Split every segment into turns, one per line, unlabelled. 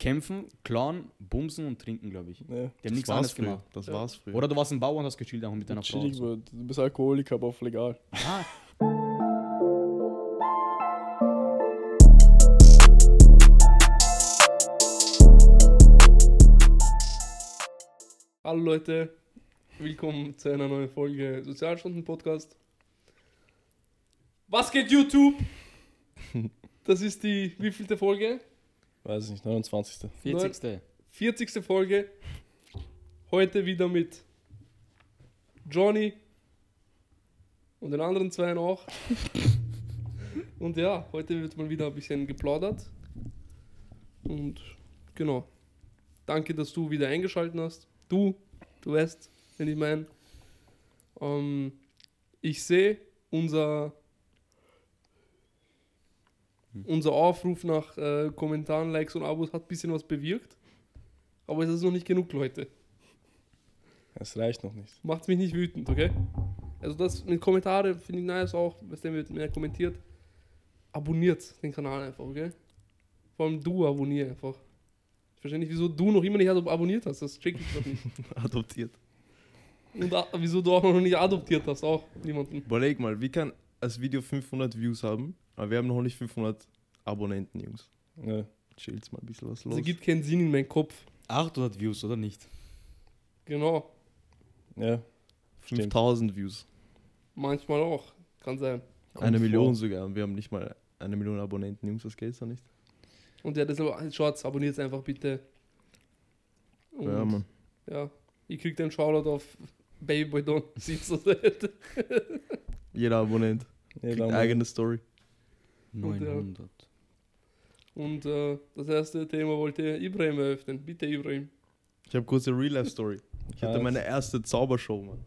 Kämpfen, klauen, bumsen und trinken, glaube ich. Die
Ja.
haben nichts anderes gemacht.
Das
Ja.
war's früher.
Oder du warst ein Bauer und hast gechillt auch mit deiner Frau. und
Chillig,
So.
Bro. Du bist Alkoholiker, aber auf legal.
Ah,
Hallo Leute, willkommen zu einer neuen Folge Sozialstunden Podcast. Was geht YouTube? Das ist die wievielte Folge?
Weiß ich nicht, 29.
40.
40. Folge. Heute wieder mit Johnny und den anderen zwei auch. und ja, heute wird mal wieder ein bisschen geplaudert. Und genau. Danke, dass du wieder eingeschaltet hast. Du, du weißt, wenn ich meine. Ähm, ich sehe unser, unser Aufruf nach äh, Kommentaren, Likes und Abos hat ein bisschen was bewirkt. Aber es ist noch nicht genug, Leute.
Es reicht noch nicht.
Macht mich nicht wütend, okay? Also das mit Kommentare finde ich nice auch, was der mehr kommentiert. Abonniert den Kanal einfach, okay? Vor allem du abonnier einfach. Ich verstehe nicht, wieso du noch immer nicht ad- abonniert hast. Das check ich doch nicht.
Adoptiert.
Und a- wieso du auch noch nicht adoptiert hast, auch niemanden.
Überleg mal, wie kann das Video 500 Views haben, aber wir haben noch nicht 500 Abonnenten, Jungs.
Ja.
Chillt mal ein bisschen was los.
Das ergibt keinen Sinn in meinem Kopf.
800 Views, oder nicht?
Genau.
ja.
5000 Views.
Manchmal auch. Kann sein.
Kommt
eine
vor.
Million sogar. und Wir haben nicht mal eine Million Abonnenten, Jungs, das geht doch nicht.
Und ja, deshalb, Shorts, abonniert einfach bitte. Und
Ja, Mann.
ja, ihr kriegt einen Shoutout auf Babyboy Don't Sieht so selten.
Jeder Abonnent
Ja,
kriegt
dann-
eine eigene Story.
900.
Und äh, das erste Thema wollte Ibrahim eröffnen. Bitte, Ibrahim.
Ich habe kurze Real-Life-Story. Ich hatte
Ja,
meine erste Zaubershow, Mann.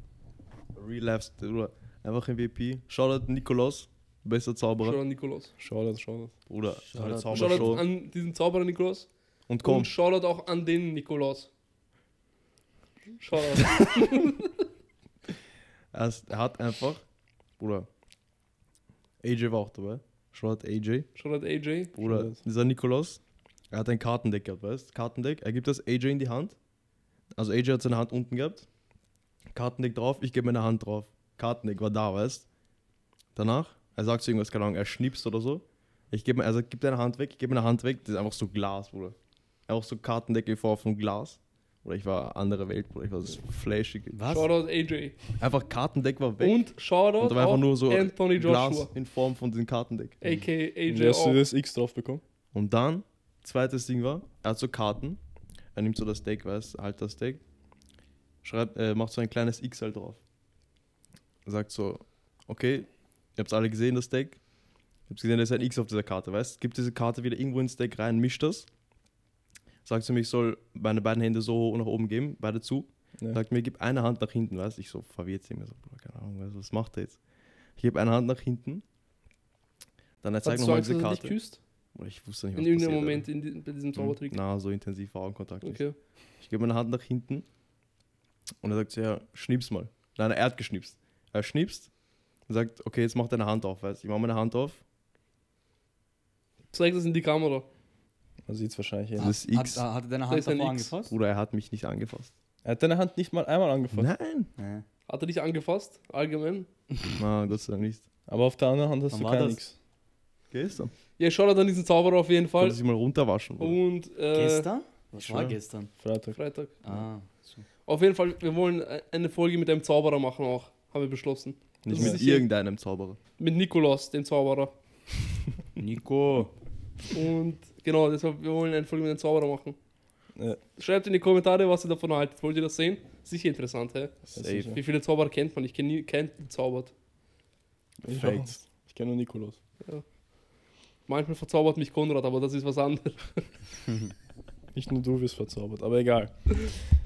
Real-Life-Story. Einfach MVP. Shoutout Nikolaus, bester
Shoutout
Zauberer.
an Nikolaus.
Shoutout, Shoutout.
Oder eine
Shoutout.
Shoutout
Zaubershow.
an diesen Zauberer Nikolaus.
Und komm,
Und Shoutout auch an den Nikolaus. Shoutout.
Er, ist, er hat einfach, Bruder, AJ war auch dabei. Shoutout AJ.
Shoutout AJ.
Bruder,
Shoutout.
dieser Nikolaus, er hat ein Kartendeck gehabt, weißt Kartendeck, er gibt das AJ in die Hand. Also AJ hat seine Hand unten gehabt. Kartendeck drauf, ich gebe meine Hand drauf. Kartendeck war da, weißt Danach, er sagt so irgendwas, keine Ahnung, er schnipst oder so. Ich gebe, also gib deine Hand weg, ich gebe meine Hand weg, das ist einfach so Glas, Bruder. Einfach so Kartendeck in Form von Glas. Oder ich war andere Welt, Bruder, ich war so flashig.
Was?
Shoutout AJ.
Einfach Kartendeck war weg.
Und Shoutout
Und da war einfach
auch
nur so äh,
Anthony Joshua.
Glas in Form von diesem Kartendeck.
A.k.
Wie
AJ
hast du
auch.
das X drauf bekommen?
Und dann, zweites Ding war, er hat so Karten. Er nimmt so das Deck, weißt halt das Deck. Schreibt, äh, macht so ein kleines X halt drauf. Sagt so, okay, ihr habt's alle gesehen, das Deck. Ihr habt gesehen, da ist ein X auf dieser Karte, weißt Gibt diese Karte wieder irgendwo ins Deck rein, mischt das. Sagt zu mir, ich soll meine beiden Hände so hoch und nach oben geben, beide zu.
Ja.
Sagt mir, gib eine Hand nach hinten, weißt Ich so verwirrt immer so, Bruder, keine Ahnung, weißt, was macht er jetzt? Ich gebe eine Hand nach hinten. Dann er zeigt
Hattest du
nochmal
Angst,
diese
dass er dich
Karte.
küsst?
Boah, Ich wusste nicht,
In
was
irgendeinem
passiert,
Moment in die, bei
Alter.
diesem
Mhm.
Zaubertrick.
Na, so intensiv war Augenkontakt nicht.
Okay.
Ich gebe meine Hand nach hinten und er sagt so, ja, schnips mal. Nein, er hat geschnipst. Er schnipst und sagt, okay, jetzt mach deine Hand auf, weißt du. Ich mach meine Hand auf.
Zeig das in die Kamera.
Man sieht's wahrscheinlich.
Ah,
eh.
das X.
Hat, hat er deine
Da
Hand
ist ein
davor
X.
angefasst?
Bruder, er hat mich nicht angefasst.
Er hat deine Hand nicht mal einmal angefasst.
Nein.
Nee.
Hat er dich angefasst? Allgemein?
Na, Gott sei Dank nicht.
Aber auf der anderen Hand hast
Wann
du
war
kein
das?
X.
Gestern.
Ja, Shoutout an diesen Zauberer auf jeden
Wollte
Fall.
sich mal runterwaschen. Bruder.
Und äh,
Gestern? Was war
schwör.
gestern?
Freitag.
Freitag.
Ah, so.
Auf jeden Fall, wir wollen e- eine Folge mit einem Zauberer machen auch, haben wir beschlossen.
Nicht
das
mit
ist sicher-
irgendeinem Zauberer.
Mit Nikolaus, dem Zauberer.
Nico.
Und genau, deshalb, wir wollen eine Folge mit einem Zauberer machen.
Ja.
Schreibt in die Kommentare, was ihr davon haltet. Wollt ihr das sehen? Sicher interessant, hä?
Safe.
Wie viele Zauberer kennt man? Ich kenne nie keinen Zaubert.
Ich,
Fakes.
auch. ich kenne nur Nikolaus.
Manchmal verzaubert mich Konrad, aber das ist was anderes.
Nicht nur du wirst verzaubert, aber egal.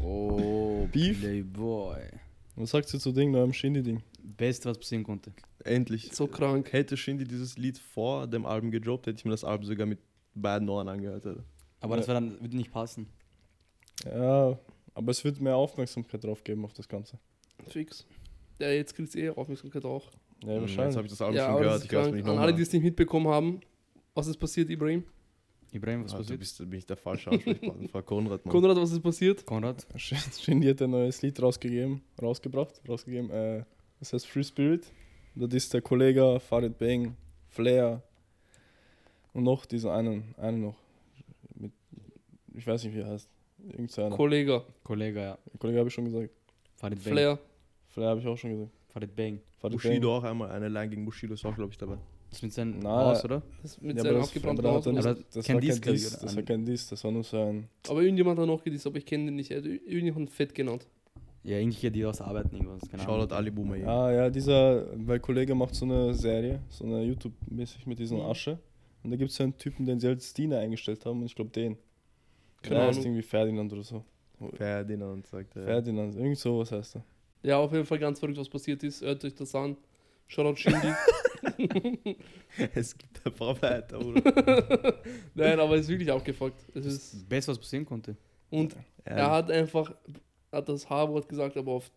Oh,
Beef?
Playboy.
Was sagst du zu Ding, neuem Shindy-Ding?
Beste, was passieren konnte.
Endlich.
So krank.
Hätte Shindy dieses Lied vor dem Album gedroppt, hätte ich mir das Album sogar mit beiden Ohren angehört. Alter. Hm,
Aber das
Ja.
war dann, würde nicht passen.
Ja, aber es wird mehr Aufmerksamkeit drauf geben auf das Ganze.
Fix. Ja, jetzt kriegt ihr eh Aufmerksamkeit auch.
Ja,
Hm, Jetzt habe
wahrscheinlich.
ich das Album
ja,
schon
aber das
gehört.
ist
Ich weiß
krank.
nicht
An alle, die
nochmal.
es nicht mitbekommen haben, was ist passiert, Ibrahim?
Ibrahim, was
ah, du
passiert?
bist, bin ich der falsche Ansprechpartner. Frau Konrad, Mann.
Konrad, was ist passiert?
Konrad?
Shindy hat ein neues Lied rausgegeben, rausgebracht, rausgegeben. Äh, das heißt Free Spirit. Und Das ist der Kollege Farid Bang, Flair und noch diesen einen, einen noch. Mit, ich weiß nicht, wie er heißt. Irgend so einer.
Kollege,
Kollege, ja.
Kollege habe ich schon gesagt.
Farid Bang.
Flair.
Flair habe ich auch schon gesagt.
Farid Bang.
Farid
Bushido auch einmal. Eine Line gegen Bushido ist auch, glaube ich, dabei.
Das mit seinem
Na,
Haus, oder?
Das ist
Bang.
mit
Ja, aber
seinem
das-
abgebrannten
aber
Haus.
da hat
Aber
er- Das
kein
war
Diss,
kein
glaub ich,
Diss,
oder?
das
An-
war kein Diss, das war nur so ein.
Aber irgendjemand hat noch gedisst, aber ich kenne den nicht. Er hat ir- irgendjemanden fett genannt.
Ja, irgendwelche, die daraus arbeiten, irgendwas.
Genau.
Keine Ahnung.
Shoutout Ali Boumaier.
Ah ja, dieser, weil Kollege macht so eine Serie, so eine YouTube-mäßig mit diesem Asche. Und da gibt es so einen Typen, den sie als Diener eingestellt haben und ich glaube den. Keine
Keine
ja,
Ahnung.
ist irgendwie Ferdinand oder so.
Ferdinand, sagt äh, er.
Ferdinand, irgend sowas heißt er.
Ja, auf jeden Fall ganz verrückt, was passiert ist. Hört euch das an. Shoutout Shindy.
Es gibt ein paar weiter, Bruder.
Nein, aber ist wirklich abgefuckt. Es
Das ist
ist
das Beste, was passieren konnte.
und er hat einfach hat das H-Wort gesagt, aber auf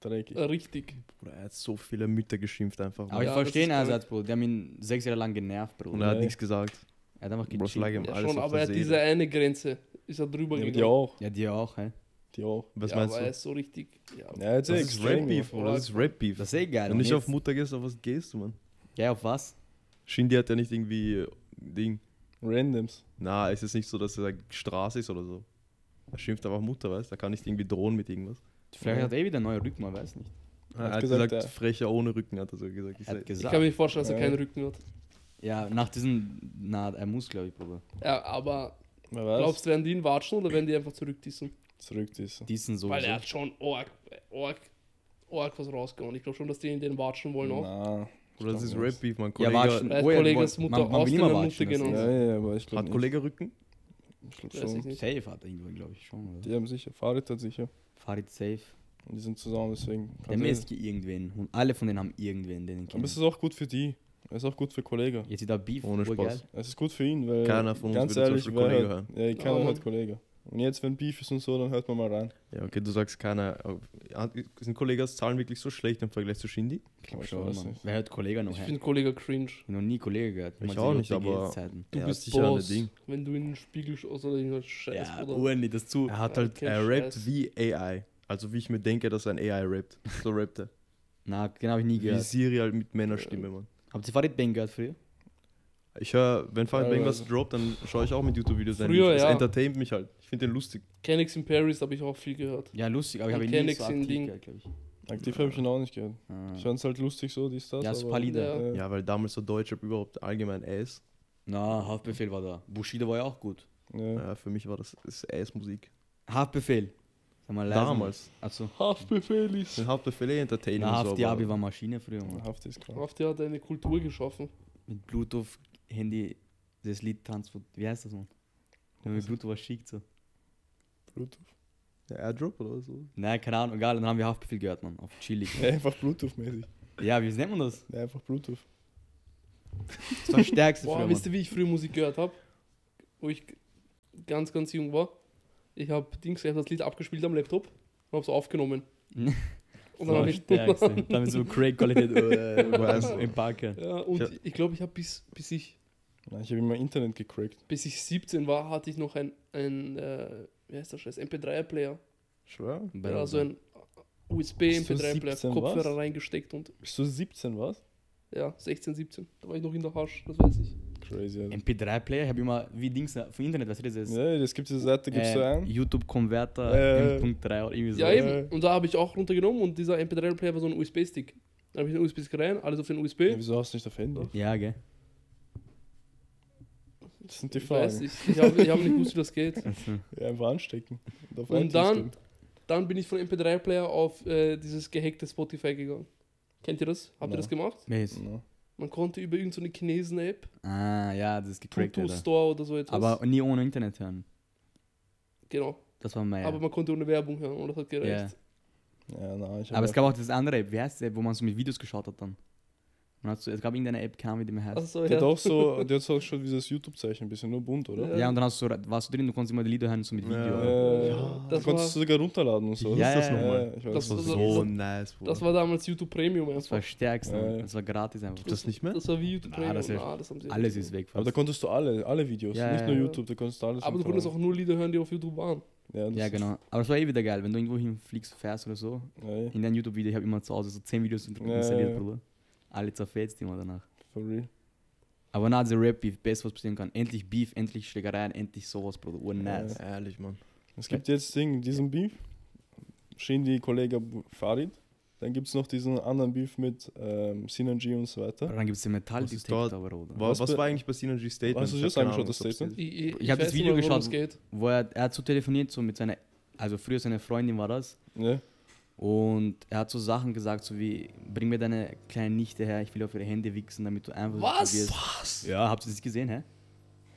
Dreckig.
Äh, richtig.
Bruder, er hat so viele Mütter geschimpft einfach.
Aber
Mann.
Ja,
ich
das
verstehe
ist
ihn
korrekt.
einerseits, Bro. Die haben ihn sechs Jahre lang genervt, Bro.
Und er hat
Nein.
nichts gesagt.
Er hat einfach
Bro, schlag
gechillt.
ihm
Ja,
alles
schon,
auf
aber er
der
hat diese
Seele.
eine Grenze. Ist er drüber
Ja, die
gegangen.
auch,
Ja, dir auch, hä?
die auch.
Was
ja,
meinst
aber
du?
er ist so richtig. Ja,
Ja, jetzt
Das ist Rap Beef, Bruder. Das ist Rap Beef.
Das ist eh geil.
Wenn du nicht
Und
auf
jetzt-
Mutter gehst, auf was gehst du, Mann?
Ja, auf was?
Shindy hat ja nicht irgendwie äh, Ding.
Randoms.
Na, es ist nicht so, dass er Straße ist oder so. Er schimpft einfach Mutter, weißt du? Er kann nicht irgendwie drohen mit irgendwas.
Vielleicht
Ja.
hat er eh wieder einen neuen Rücken, man weiß nicht.
Er hat,
gesagt,
gesagt,
ja.
frecher ohne Rücken, hat er so gesagt. Ich
Er hat
sag-
Ich
gesagt.
kann mir nicht vorstellen, dass er
Ja.
keinen Rücken hat.
ja, nach diesem. Na, er muss, glaube ich, Bruder.
Ja, aber
Wer weiß.
glaubst du, werden die ihn watschen oder werden die einfach zurückdissen?
Zurück ist.
Diesen so.
Weil er hat schon org, org, org was rausgehauen. Ich glaube schon, dass die ihn den watschen wollen auch.
Na,
Bruder, das ist Rap Beef, mein
Ja,
Kollege.
watschen.
Er hat
Oh ja, du
Kollegas
wolltest-
Mutter
man- man
aus
will
der
immer
Minute
watschen, das
genommen.
ist-
Ja, ja, aber ich
hat
glaube nicht.
Kollege Rücken?
Ich glaub
Weiß ich
schon.
nicht.
Safe hat er irgendwann, glaube ich, schon. Oder?
Die haben sicher, Farid hat sicher.
Farid safe.
Und die sind zusammen, deswegen.
Der
sein.
Meski irgendwen. Und alle von denen haben irgendwen, den ich
Aber
kenne.
es ist auch gut für die. Es ist auch gut für Kollege.
Jetzt wieder Beef.
Ohne
urgeil.
Spaß.
Es ist gut für ihn, weil.
Keiner von uns
ganz
würde zum
ehrlich,
Beispiel
wer
Kollege
hört- Ja, keiner
Ja,
hört
Mann.
Kollege. Und jetzt, wenn Beef ist und so, dann hört man mal rein.
Ja, okay, du sagst keiner. äh, hat- Sind Kollegas Zahlen wirklich so schlecht im Vergleich zu Shindy?
Ich glaub
Aber ich
schon,
weiß
Mann.
nicht.
Wer hört Kollege noch?
Ich
hä?
finde Kollege cringe.
Ich hab noch nie Kollege gehört.
Ich
Man
auch
sieht
nicht,
die
aber-
Zeiten.
Du
Er hat
bist
sicher eine
Boss,
Ding.
wenn du in den Spiegel schaust oder irgendwas Scheiß,
Ja,
Bruder.
Urni, das zu.
Er hat
Ja,
halt,
okay,
er
scheiß.
rappt wie AI. Also wie ich mir denke, dass ein AI rappt. So rappt er.
Na, den habe ich nie
Wie
gehört.
Siri halt mit Männerstimme, Mann.
Habt ihr Farid Bang gehört früher?
Ich höre, wenn Farid
Ja,
Bang
also-
was droppt, dann schaue ich auch mit YouTube-Videos ein.
Früher,
Das
ja.
entertaint mich halt. Ich finde den lustig.
Kennex in Paris habe ich auch viel gehört.
Ja, lustig, aber ich
Und
habe ihn nie
Kennex
so
in
aktiv
Ding.
gehört, glaube ich.
Aktiv habe ich ihn auch nicht gehört.
Ah.
Ich fand es halt lustig so, dies, das.
Ja, so
aber-
ein paar Lieder.
Ja.
Ja.
Ja, weil damals so Deutschrap überhaupt allgemein Ass.
Na, Haftbefehl war da. Bushido war ja auch gut.
Ja.
Ja, für mich war das ist Ass-Musik.
Haftbefehl. Sag mal, leise.
Damals.
Achso.
Haftbefehl ist.
Den Hauptbefehl eh entertaining.
Na,
so,
Hafti
aber-
Abi war Maschine früher, Mann.
Haft ist klar.
Auf der hat eine Kultur geschaffen.
Mit Bluetooth, Handy, das Lied Tanz. von- Wie heißt das, Mann? Wenn man mit Bluetooth was schickt, so.
Bluetooth.
Der Airdrop oder so.
Nein, keine Ahnung, egal, dann haben wir Haftbefehl gehört, Mann. Auf chillig.
Ja, einfach Bluetooth-mäßig.
ja, wie nennt man das?
Ja, einfach Bluetooth.
Das war das Stärkste
Boah,
früher,
wisst
Mann.
ihr, wie ich früher Musik gehört habe? Wo ich g- ganz, ganz jung war. Ich habe Dings, ich hab das Lied abgespielt am Laptop und habe es aufgenommen.
Mhm.
und
Das
dann
war
hab
das
ich,
Stärkste. Damit so Craig-Qualität äh,
Weiß.
im Parker.
ja, und
Ja.
ich- ich glaube, ich habe bis, bis ich
Nein, ich habe immer Internet gecrackt.
bis ich 17 war, hatte ich noch ein, ein äh, wie heißt der Scheiß, MP3-Player.
Schwör?
Ja, so Also ein
Bist du
USB-MP3-Player,
17
Kopfhörer
warst?
reingesteckt und
Bist du 17, was?
ja, 16, 17. Da war ich noch in der Hasch, das weiß ich.
Crazy, Alter.
MP3-Player, ich habe immer wie Dings äh, vom Internet, weißt du, Äh, dieses
Ja, das gibt diese Seite,
Ähm,
gibst du ein.
YouTube-Converter
Äh.
M.3 oder irgendwie so.
Ja,
äh.
eben. Und da habe ich auch runtergenommen und dieser MP3-Player war so ein USB-Stick. Da habe ich den USB-Stick rein, alles auf den USB.
Ja, wieso hast du nicht auf Handy?
Ja, gell.
Das sind die
Ich weiß,
Fragen.
ich, ich habe ich hab nicht gewusst, wie das geht.
Ja, einfach anstecken. Und, auf
Und
iTunes
dann-
gehen.
Dann bin ich von MP3-Player auf äh, dieses gehackte Spotify gegangen. Kennt ihr das? Habt ihr
Nein.
das gemacht?
Maze.
Na,
Man konnte über irgendeine Chinesen-App,
Ah, ja, das ist gecrackt,
Tutu
Alter.
Store oder so etwas.
Aber nie ohne Internet hören.
genau.
Das war mein.
Aber
Aber,
man konnte ohne Werbung hören und das hat gereicht.
ja.
Ja, na, ich
aber es
hab einfach-
gab auch das andere App, wie heißt das, wo man so mit Videos geschaut hat dann? Und hast du, es gab irgendeine App, kam mit dem heißt.
Achso,
Der
Also, ja.
hat auch so, der hat auch schon dieses YouTube-Zeichen, ein bisschen nur bunt, oder?
Also, Ja.
ja, und dann hast du, so- warst du drin, du konntest immer die Lieder hören, so mit Video.
Äh,
Ja.
Du
Das war,
konntest du sogar runterladen und so.
Ja,
Was
ja,
ist das
ja.
nochmal? Ich weiß
Das
nicht.
Das war
das-
so nice, Bro.
das war damals YouTube Premium
Das war
einfach.
das Stärkste, Mann.
Äh.
das war gratis einfach.
das nicht mehr?
Das war wie YouTube
Ah,
Premium.
das ist-
Ah, das haben sie
Alles ist weg.
aber da
fast.
konntest du alle, alle Videos,
Ja,
nicht
ja,
nur
ja.
YouTube, da konntest du alles
Aber du konntest auch
runterladen.
nur Lieder hören, die auf YouTube waren.
Ja, das
Ja,
ist-
genau. Aber es war eh wieder geil, wenn du irgendwo hinfliegst, fährst oder so.
Ja, ja,
In dein YouTube-Video, ich habe immer zu Hause so 10 Videos drin
Ja,
installiert,
ja, ja.
Bruder. Alle zerfetzt immer danach.
for real.
Aber na, dieser Rap-Beef, best was passieren kann. Endlich Beef, endlich Schlägereien, endlich sowas, Bruder. Oh, nice.
Ehrlich, Mann.
Es gibt jetzt Ding, in diesem Beef, Shindy, Kollege Bu- Farid. Dann gibt es noch diesen anderen Beef mit ähm, Synergy und so
Aber
weiter.
dann gibt es den
dort?
Metall-Detector, Bruder.
Was,
Was
was
be-
war eigentlich bei Synergy Statement?
Hast du
Ich
dir das
hab keine
angeschaut,
Ahnung,
das
ob's
Statement?
Ich, ich,
Ich hab das
weiß
Video
nicht mal, worum es
geschaut.
Geht.
Wo er, er hat so telefoniert, so mit seiner, also früher seine Freundin war das.
Ja.
Und er hat so Sachen gesagt, so wie, bring mir deine kleine Nichte her, ich will auf ihre Hände wichsen, damit du einfach
Was?
Was? Ja, habt ihr das gesehen, hä?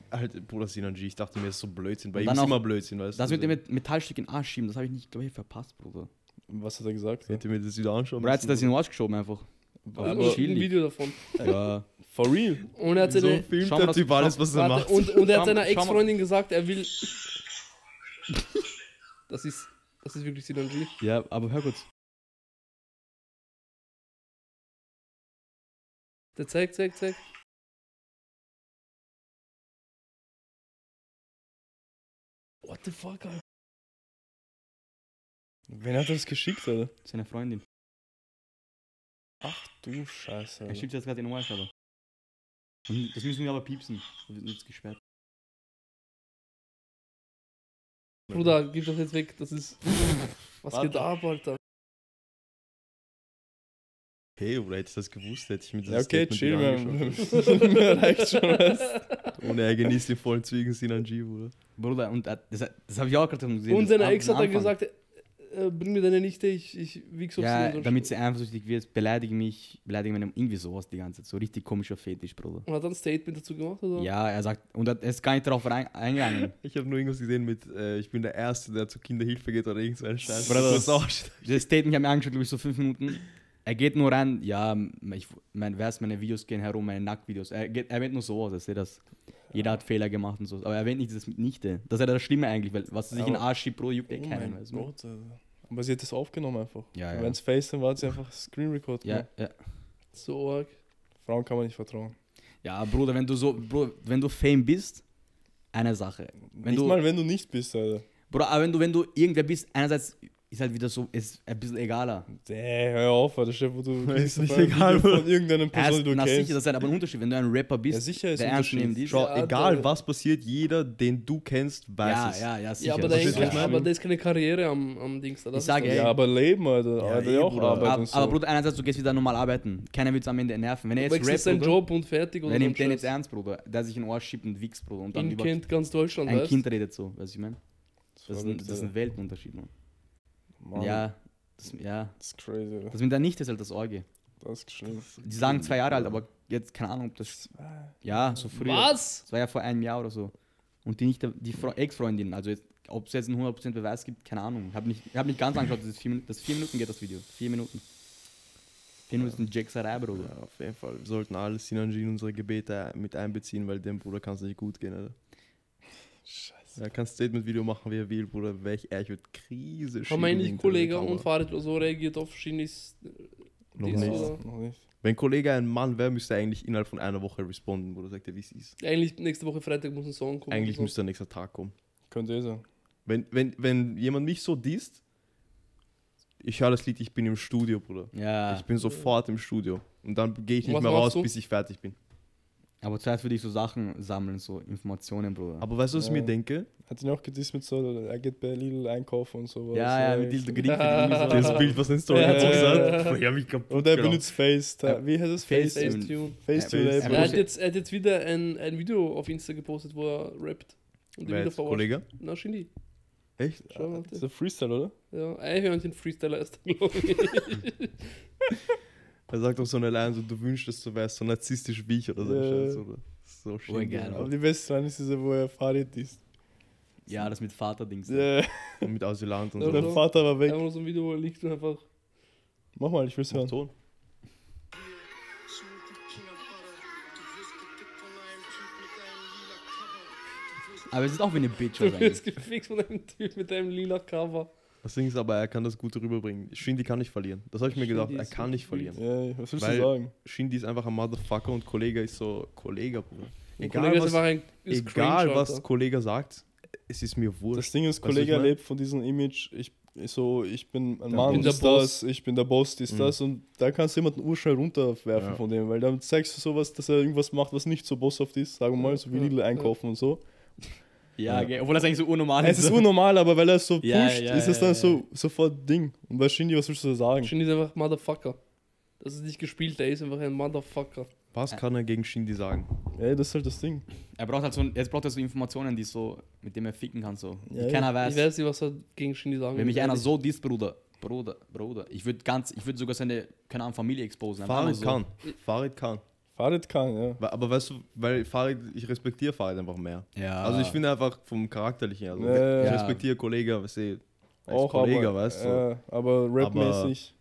Alter, Halt, Bruder Synergy, ich dachte mir, das ist so Blödsinn. Bei
Und
ihm
dann
ist
auch-
immer Blödsinn, weißt
Das
du?
mit dem Met- Metallstück in den Arsch schieben, das habe ich nicht, glaube ich, verpasst, Bruder.
Was hat er gesagt?
Hätte mir das wieder anschauen
Oder hat sie das in den Arsch geschoben einfach?
Aber
Aber
Aber-
ein Video davon.
Ja.
for real.
Und er hat
So
seine,
filmt
Schau mal,
der
das-
Typ alles, was er macht.
warte, und, und er hat
Schau mal-
seiner
schau mal.
Ex-Freundin gesagt, er will. Das ist, das ist wirklich Synergie.
ja, aber hör kurz.
Der zeigt, zeigt, zeigt. What the fuck, Alter?
Wen hat er das geschickt, Alter?
Seine Freundin.
Ach du Scheiße.
Er
Alter.
schiebt sie jetzt gerade in den Arsch, aber. Und das müssen wir aber piepsen. Wir sind jetzt gesperrt.
Bruder, gib das jetzt weg. Das ist. Was geht ab, Alter?
Hey, Bruder, hätte ich das gewusst, hätte ich mir das
Ja, okay,
Statement
chill,
wieder
man.
angeschaut.
Mir reicht schon was.
Ohne er genießt den vollen Zwiegen Synergy, Bruder.
Bruder, und er- das, das habe ich auch gerade gesehen.
Und
das
seine
am-
Ex
am
hat dann
Anfang.
gesagt, äh, bring mir deine Nichte, ich, ich wichs auf
Ja,
sie. und-
damit sie eifersüchtig wird, beleidige mich, beleidige meine irgendwie sowas die ganze Zeit. So richtig komischer Fetisch, Bruder.
Und hat dann ein Statement dazu gemacht, oder?
Ja, er sagt, und er er ist gar nicht darauf rein- eingegangen.
Ich habe nur irgendwas gesehen mit, äh, ich bin der Erste, der zur Kinderhilfe geht oder irgend so einen Scheiß.
Bruder,
das ist auch
Das Statement hat mir angeschaut, glaube ich, so fünf Minuten. Er geht nur rein, ja, ich mein, weiß, meine Videos gehen herum, meine Nacktvideos. Er, geht, er erwähnt nur sowas, dass er das. Jeder hat Fehler gemacht und so. Aber er erwähnt nicht dieses Mitnichte. Das ist ja das Schlimme eigentlich, weil was er sich in den
Aber-
Arsch schiebt, Bro, juckt eh
Oh
keinen.
mein
Weißt du?
Gott, Alter. Aber sie hat das aufgenommen einfach.
Ja,
Wenn
ja.
es Face, dann war sie einfach Screen Record.
Ja,
gemacht.
ja.
So arg.
Frauen kann man nicht vertrauen.
ja, Bruder, wenn du so, Bro, wenn du Fame bist, eine Sache. Wenn
nicht
du,
mal, wenn du nicht bist, Alter.
Bro, aber wenn du, wenn du irgendwer bist, einerseits ist halt wieder so, ist ein bisschen egaler.
Däh, hör auf, Alter. Chef, wo du
Ist
kriegst auf
nicht
einmal
egal,
ein Video
Bruder.
von irgendeiner
Erst,
Person, die du
na,
kennst.
sicher, das ist halt aber ein Unterschied. Wenn du ein Rapper bist,
Ja, sicher ist
der
ein
ernst nehmen
Unterschied.
ist.
Schau,
Ja,
egal
da-
was passiert, jeder, den du kennst, weiß
Ja,
es.
ja, ja, sicher.
Ja, aber da,
das
Verstehst
ist
du, was
ja,
ich meine?
aber da ist keine Karriere am, am Dings. Da. Das
Ich
ist
sage,
das.
ey,
Ja, aber leben, Alter. Ja, Alter,
eh,
ja auch
Bruder.
Arbeit
Ab,
und so.
Aber Bruder, einerseits, du gehst wieder normal arbeiten. Keiner will es am Ende nerven. Wenn er jetzt
Wechselst
rappt,
seinen
Bruder,
Job und fertig.
wer nimmt den
so ein
jetzt ernst, Bruder? Der sich in den Arsch schiebt und wichst, Bruder. Und
Scheiß.
dann
Ihn
über
kennt ganz Deutschland,
ein
weißt?
Kind redet so, weißt du, ich meine? Das, ist ein-
verrückt,
das ist ein
Alter.
Weltenunterschied, Mann.
Mann,
Ja, das, ja.
Das ist crazy, Alter.
Das mit der Nichte ist halt das Orge.
Das ist schlimm.
Die sagen zwei Jahre alt, aber jetzt keine Ahnung, ob das. Ja, so früh.
Was?
Das war ja vor einem Jahr oder so. Und die Nichte, die Fre Ex-Freundin, also jetzt, ob es jetzt einen 100% Beweis gibt, keine Ahnung. Ich habe nicht, ich hab nicht ganz angeschaut, das ist vier Minuten, das vier Minuten geht das Video. Vier Minuten. Vier Minuten ist ein Jackserei, Bruder.
Ja, auf jeden Fall. Wir sollten alle Synergy in unsere Gebete mit einbeziehen, weil dem Bruder kann es nicht gut gehen, Alter.
Scheiße.
Er kann Statement-Video machen, wie er will, Bruder. Welch er wird Krise
Haben
schieben
eigentlich
hinter
Kollege
der Kamera.
und Farid oder so reagiert auf Shinis.
Noch
Dings,
nicht.
oder?
Noch nicht.
Wenn Kollege ein Mann wäre, müsste er eigentlich innerhalb von einer Woche responden, Bruder. Sagt er, wie es ist.
Eigentlich nächste Woche Freitag muss ein Song kommen.
Eigentlich
oder so.
müsste er nächster Tag kommen.
Könnte eh sein.
Wenn, wenn, wenn jemand mich so disst, ich höre das Lied, ich bin im Studio, Bruder.
Ja.
Ich bin sofort im Studio. Und dann gehe ich nicht
Was
mehr
machst
raus,
du?
bis ich fertig bin.
Aber zuerst würde ich so Sachen sammeln, so Informationen, Bruder.
Aber weißt du, was ich
Ja.
mir denke?
Hat ihn auch gedisst mit so, er geht bei Lidl einkaufen und sowas. Äh,
ja, ja, mit diesem Gericht.
Das Bild, was in Story
Ja.
gepostet hat. Boah, ich genau. hab mich kaputt
Und er
gelacht.
benutzt Face. Wie heißt das?
Face-
Face.
Facetune.
Face to
genau. Ja,
Label.
Er
Ja,
hat jetzt, er hat jetzt wieder ein, ein Video auf Insta gepostet, wo er rappt.
Wer
Und die wieder
jetzt,
verarscht.
Kollege?
Na, Shini.
Echt?
Schau mal.
Das ist ein Freestyle, oder?
Ja, Eichhörnchen Freestyler ist er, glaube ich.
Er sagt auch so eine Line, so, du wünschtest, du wärst so narzisstisch wie ich oder so. ein
Ja.
Scheiß, oder? So schön. genau.
geil,
Bruder.
Aber die beste Line ist diese, wo er Fahrrad ist.
Ja, das mit Vaterdings.
Ja,
Und mit Asylant und
Ja,
so.
der
so.
Vater war weg.
Einfach nur so ein Video, wo er liegt und einfach.
Mach mal, ich will's hören.
Ton.
Aber es ist auch wie eine Bitch
Du
wahrscheinlich.
wirst gefixt von einem Typ mit einem lila Cover.
Das Ding ist aber, er kann das gut rüberbringen. Shindy kann nicht verlieren. Das habe ich mir gedacht,
Shindy
er
ist
kann
so
nicht verlieren.
Ja, was willst
Weil-
du sagen?
Shindy ist einfach ein Motherfucker und Kollega ist so Kollega, Bruder.
Und
Egal,
Kollege ist
was,
einfach ein- ist
egal
cringe,
was
Alter.
Kollega sagt, es ist mir
Das
wurscht.
Ding ist,
Weißt du, was ich
Kollege
mein?
lebt von diesem Image, ich ich so, ich bin ein
Der
Mann, ist
Boss.
Ich bin der
das, ich bin der Boss, ist
Mhm.
das und da kannst du jemanden urschnell runterwerfen
Ja.
von dem, weil dann zeigst du sowas, dass er irgendwas macht, was nicht so bosshaft ist, sagen wir mal, so wie
Ja,
Lidl
ja.
einkaufen und so.
Ja, gell, obwohl das eigentlich so
Also.
unnormal
Es ist unnormal, aber weil er es so pusht,
Ja, ja,
ist es
ja,
dann
ja.
so sofort Ding. Und bei Shindy, was willst du da sagen?
Shindy ist einfach Motherfucker. Das ist nicht gespielt, der ist einfach ein Motherfucker.
Äh.
Was kann er gegen Shindy sagen?
Ey, das ist halt das Ding.
er braucht halt so, jetzt braucht er so Informationen, die so, mit denen er ficken kann. So.
Ja,
die keiner weiß.
Ich weiß nicht, was er gegen Shindy sagen
Wenn mich
will,
einer
ehrlich.
so disst, Bruder, Bruder, Bruder, ich würde ganz, ich würde sogar seine, keine Ahnung, Familie exposen. einfach
Farid
nur so.
kann. Farid kann.
Fahrrad kann, ja.
Wa- Aber weißt du, weil Farid, ich respektiere Farid einfach mehr.
Ja.
Also ich finde einfach vom Charakterlichen, also
Ja.
ich
Ja.
respektiere Kollega, weißt du, als
Auch
Kollega,
aber, äh,
weißt du.
ja, aber rapmäßig.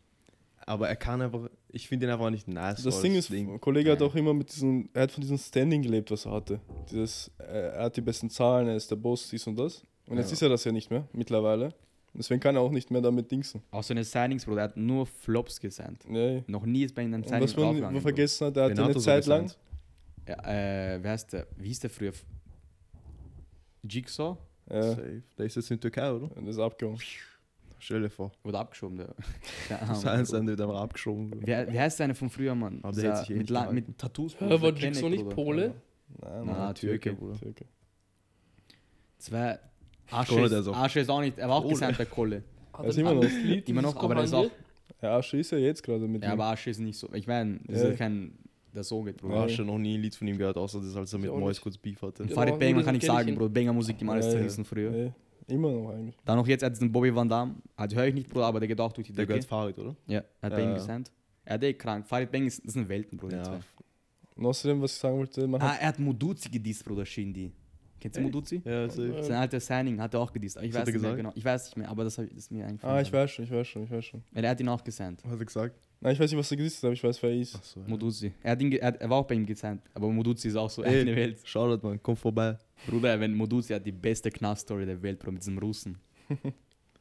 Aber er kann einfach, ich finde ihn einfach nicht nice.
Das
als
Ding ist, ein Kollege hat auch immer mit diesem, er hat von diesem Standing gelebt, was er hatte. Dieses, äh, er hat die besten Zahlen, er ist der Boss, dies und das. Und jetzt
Ja.
ist er das ja nicht mehr, mittlerweile. Deswegen kann er auch nicht mehr damit dingsen.
Auch seine Signings, Bruder, er hat nur Flops gesigned.
Nee.
Noch nie ist bei ihm ein
Und
Signing
was man
draufgegangen, Bro.
vergessen hat, er
Wen
hatte
hat
eine
er so
Zeit lang,
gesigned?
Ja, äh, wer heißt der? Wie hieß der früher? Jigsaw?
ja,
Safe. Der ist jetzt in Türkei, oder?
und ist abgehauen.
Stell dir vor.
Wurde abgeschoben, der. Keine Ahnung,
Sein,
Bro.
sein, der wird einfach abgeschoben.
Wer, wer heißt seine von früher, Mann?
Aber der
Dieser
hält sich eh
mit,
nicht
La-
gehalten.
mit Tattoos.
Hä, war
Bruder,
Jigsaw
Kenneck, Bruder.
nicht Pole?
Nein,
Na,
Mann,
Türke,
Bruder. Türke.
Zwei. Asche
Kohle,
ist,
der ist auch-
Asche ist auch nicht, er war auch
Kohle.
gesigned bei Kohle.
Hat
Er ist
ein
immer noch-
anderes Lied,
Immer
dieses
noch, aber der ist auch.
Kommando?
Ja, Asche ist ja jetzt gerade mit
Ja,
ihm.
aber Asche ist nicht so. Ich meine, das
Ja.
ist kein. Der so geht, Bruder.
Bruder, hast du noch nie ein Lied von ihm gehört, außer das, als er mit
auch
Mois
nicht.
kurz Beef hatte.
Ja.
Farid
aber
Bang,
nur
man kann
das
nichts
kenn ich
sagen,
ihn.
Bro. Banger Musik, die man alles
Ja, ja.
zerrissen früher.
Nee, immer noch eigentlich.
Dann noch jetzt, er hat diesen Bobby Van Damme. Also höre ich nicht, Bruder, aber der geht auch durch die
Der
Decke.
gehört Farid, oder?
Ja, er hat bei
Ja,
ihm
ja.
gesigned. Ja, der ist eh krank. Farid Bang ist, das sind Welten, Bruder. die zwei.
Und außerdem, was ich sagen wollte, man
Ah,
hat,
er hat Muduzi gedisst, Bruder Shindi. Kennst du
Echt?
Muduzi?
Ja, safe.
Sein alter Signing hat er auch gedisst. aber Ich weiß
Was hat er
nicht mehr
gesagt?
genau. Ich weiß nicht mehr, aber das, hab ich, das ist mir eingefallen.
ah, ich weiß schon, ich weiß schon, ich weiß schon.
Weil er hat ihn auch gesigned.
Hat er gesagt?
Nein, ich weiß nicht, was du gesagt hast, aber ich weiß, wer er ist.
Achso.
Muduzi. Er, hat ihn ge- er, hat- er war auch bei ihm gesigned. Aber Muduzi ist auch so
Ey.
eine Welt.
Shoutout, man, komm vorbei.
Bruder, wenn Muduzi hat die beste Knast-Story der Welt, Bro, mit diesem Russen.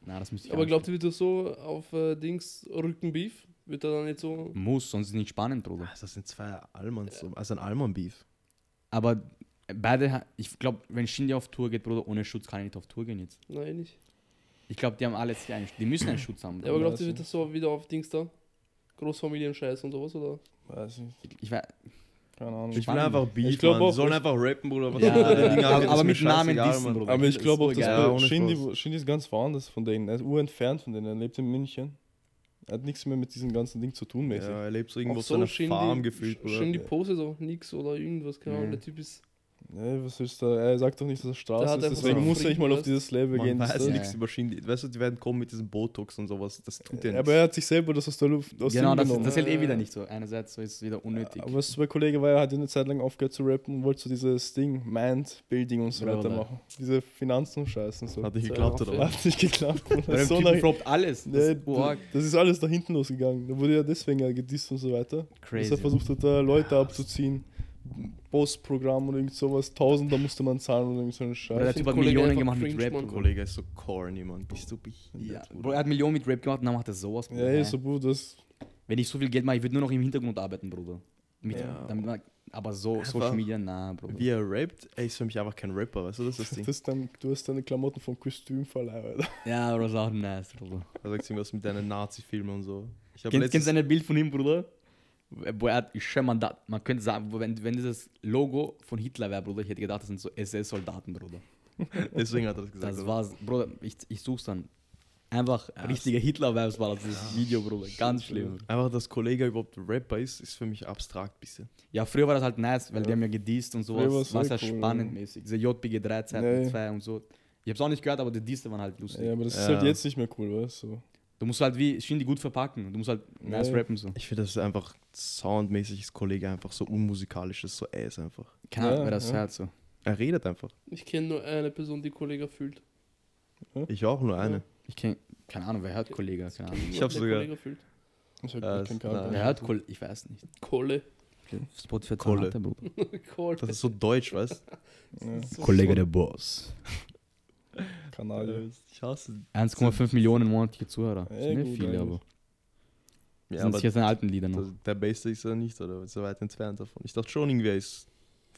Na, das müsste ich
Aber
anschauen.
glaubt ihr, wird er so auf äh, Dings Rückenbeef? Wird er dann nicht so.
Muss, sonst ist nicht spannend, Bruder.
Ah, Das sind zwei Almans, so- also ein Alman-Beef.
Aber beide, ha- ich glaube, wenn Shindy auf Tour geht, Bruder, ohne Schutz kann er nicht auf Tour gehen jetzt.
Nein, nicht.
Ich glaube, die haben alles hier einen, die müssen einen Schutz haben.
Ja, aber
Bruder.
glaubt
weiß
ihr, wird
ich.
das so wieder auf Dings da? Großfamilienscheiß und sowas, oder?
Weiß nicht,
Ich, ich, wei-
keine Ahnung.
Ich will einfach Beef,
Ich glaub
Mann.
auch,
Die sollen
ich-
einfach rappen, Bruder. was
Ja,
die für
ja,
Dinge
ja.
haben,
Aber
ist mir
mit Namen
scheißegal,
dissen,
Mann.
Bruder.
Aber ich
Das
glaube
ist
auch, dass
urgeil. Ja,
bei
ohne
Shindy,
Spaß.
Shindy ist ganz woanders von denen. Er ist urentfernt von denen. Er lebt in München. Er hat nichts mehr mit diesem ganzen Ding zu tun, mäßig.
Ja, er lebt so irgendwo
Auch
auf so einer
Shindy-
Farm gefühlt,
Sh-
Bruder.
Shindy postet auch nix oder irgendwas, keine Ahnung.
Mhm.
Der Typ ist.
Nee, was willst du da? Er sagt doch nicht, dass er
Der
Straße
hat
ist.
einfach
Deswegen
so
muss er nicht mal auf
Frieden,
dieses Level
Man
gehen. das
weiß
ist-
Ja.
nichts über Shindy. Weißt du, die werden kommen mit diesem Botox und sowas. Das tut
Ja,
ja
aber er
nichts.
hat sich selber das aus der Luft aus
genau,
dem
das,
genommen.
das hält eh
Ja,
wieder
ja.
nicht so. Einerseits so ist es wieder unnötig.
Aber was bei Kollege war, er hat eine Zeit lang aufgehört zu rappen und wollte so dieses Ding, Mind, Building und so weiter
Bruder.
machen. Diese Finanzen und Scheißen so.
Hat nicht
So,
geklappt,
ja,
oder? was?
Hat nicht geklappt.
Bei dem
so
Typen
nach-
floppt alles. Das
Nee,
ist boah,
das ist alles nach hinten losgegangen. Da wurde ja deswegen ja gedisst und so weiter. Dass
crazy.
er versucht hat, da Leute abzuziehen. Boss-Programm oder irgend sowas. Tausender musste man zahlen oder irgend so einen
Bro, der
Scheiß.
find
Typ hat
Kollege
Millionen
einfach
gemacht mit
cringe,
Rap.
Mann.
Bruder.
Kollege ist so corny, Mann. Bist du behindert,
Ja.
Bruder?
Bro, er hat Millionen mit Rap gemacht und dann macht er sowas.
Ja,
Bruder.
ey,
Nein.
so Bruder, das
Wenn ich so viel Geld mache, ich würde nur noch im Hintergrund arbeiten, Bruder. Mit,
Ja.
damit man, aber so
Einfach
Social Media, na, Bruder.
Wie er rappt, ey, ist für mich einfach kein Rapper, weißt du, das ist das Ding.
Das ist dann, du hast deine Klamotten vom Kostümverleih, Alter.
Ja, Bro, ist auch nice, Bruder.
Er sagt irgendwas mit deinen Nazi-Filmen und so. Ich hab
Kennst
letztens-
kennst du ein Bild von ihm, Bruder? Wo er hat, ich schwör, man, da, man könnte sagen, wo- wenn, wenn dieses Logo von Hitler wäre, Bruder, ich hätte gedacht, das sind so SS-Soldaten, Bruder.
Deswegen hat er das gesagt.
Das
oder?
war's. Bruder, ich, ich such's dann. Einfach richtige Hitler-Vibes war das dieses Video, Bruder. Ganz schlimm.
Einfach, dass Kollege überhaupt Rapper ist, ist für mich abstrakt bisschen.
Ja, früher war das halt nice, weil die haben ja gedießt und
Früher war's
sowas. War
sehr
ja
cool,
spannend
ja.
mäßig. Diese JPG 3 Zeiten
Nee.
2 und so. Ich hab's auch nicht gehört, aber die Dieste waren halt lustig.
Ja, aber das ist
Ja.
halt jetzt nicht mehr cool, weißt du?
Du musst halt wie Shindy gut verpacken. Du musst halt nice
Nee.
rappen so.
Ich finde, das ist einfach soundmäßig ist Kollege einfach so unmusikalisch, ist so ass einfach.
Keine Ahnung,
Ja,
wer das
ja.
hört so.
Er redet einfach.
Ich kenne nur eine Person, die Kollege fühlt.
Ich auch nur eine.
Ich kenn, keine Ahnung, wer hört Kollege? Keine Ahnung.
Ich hab's sogar-
Kollege fühlt.
Ich hab
Ja, halt.
keinen
ist- nein.
Charakter.
Wer hört Kollege? Ich weiß nicht.
Kolle.
Spotify
Kohle.
zahlt, Bruder.
Cool.
Das ist so deutsch, weißt
Ja,
So
Kollege der Boss.
Kanadier.
Ich hasse.
1,5 Millionen monatliche Zuhörer. Das
Eh,
sind
gut
nicht viele,
eigentlich.
aber.
Ja,
sind
aber
sicher seine alten Lieder noch.
das, der Base ist ja nicht, oder? So weit entfernt davon. Ich dachte schon, irgendwer ist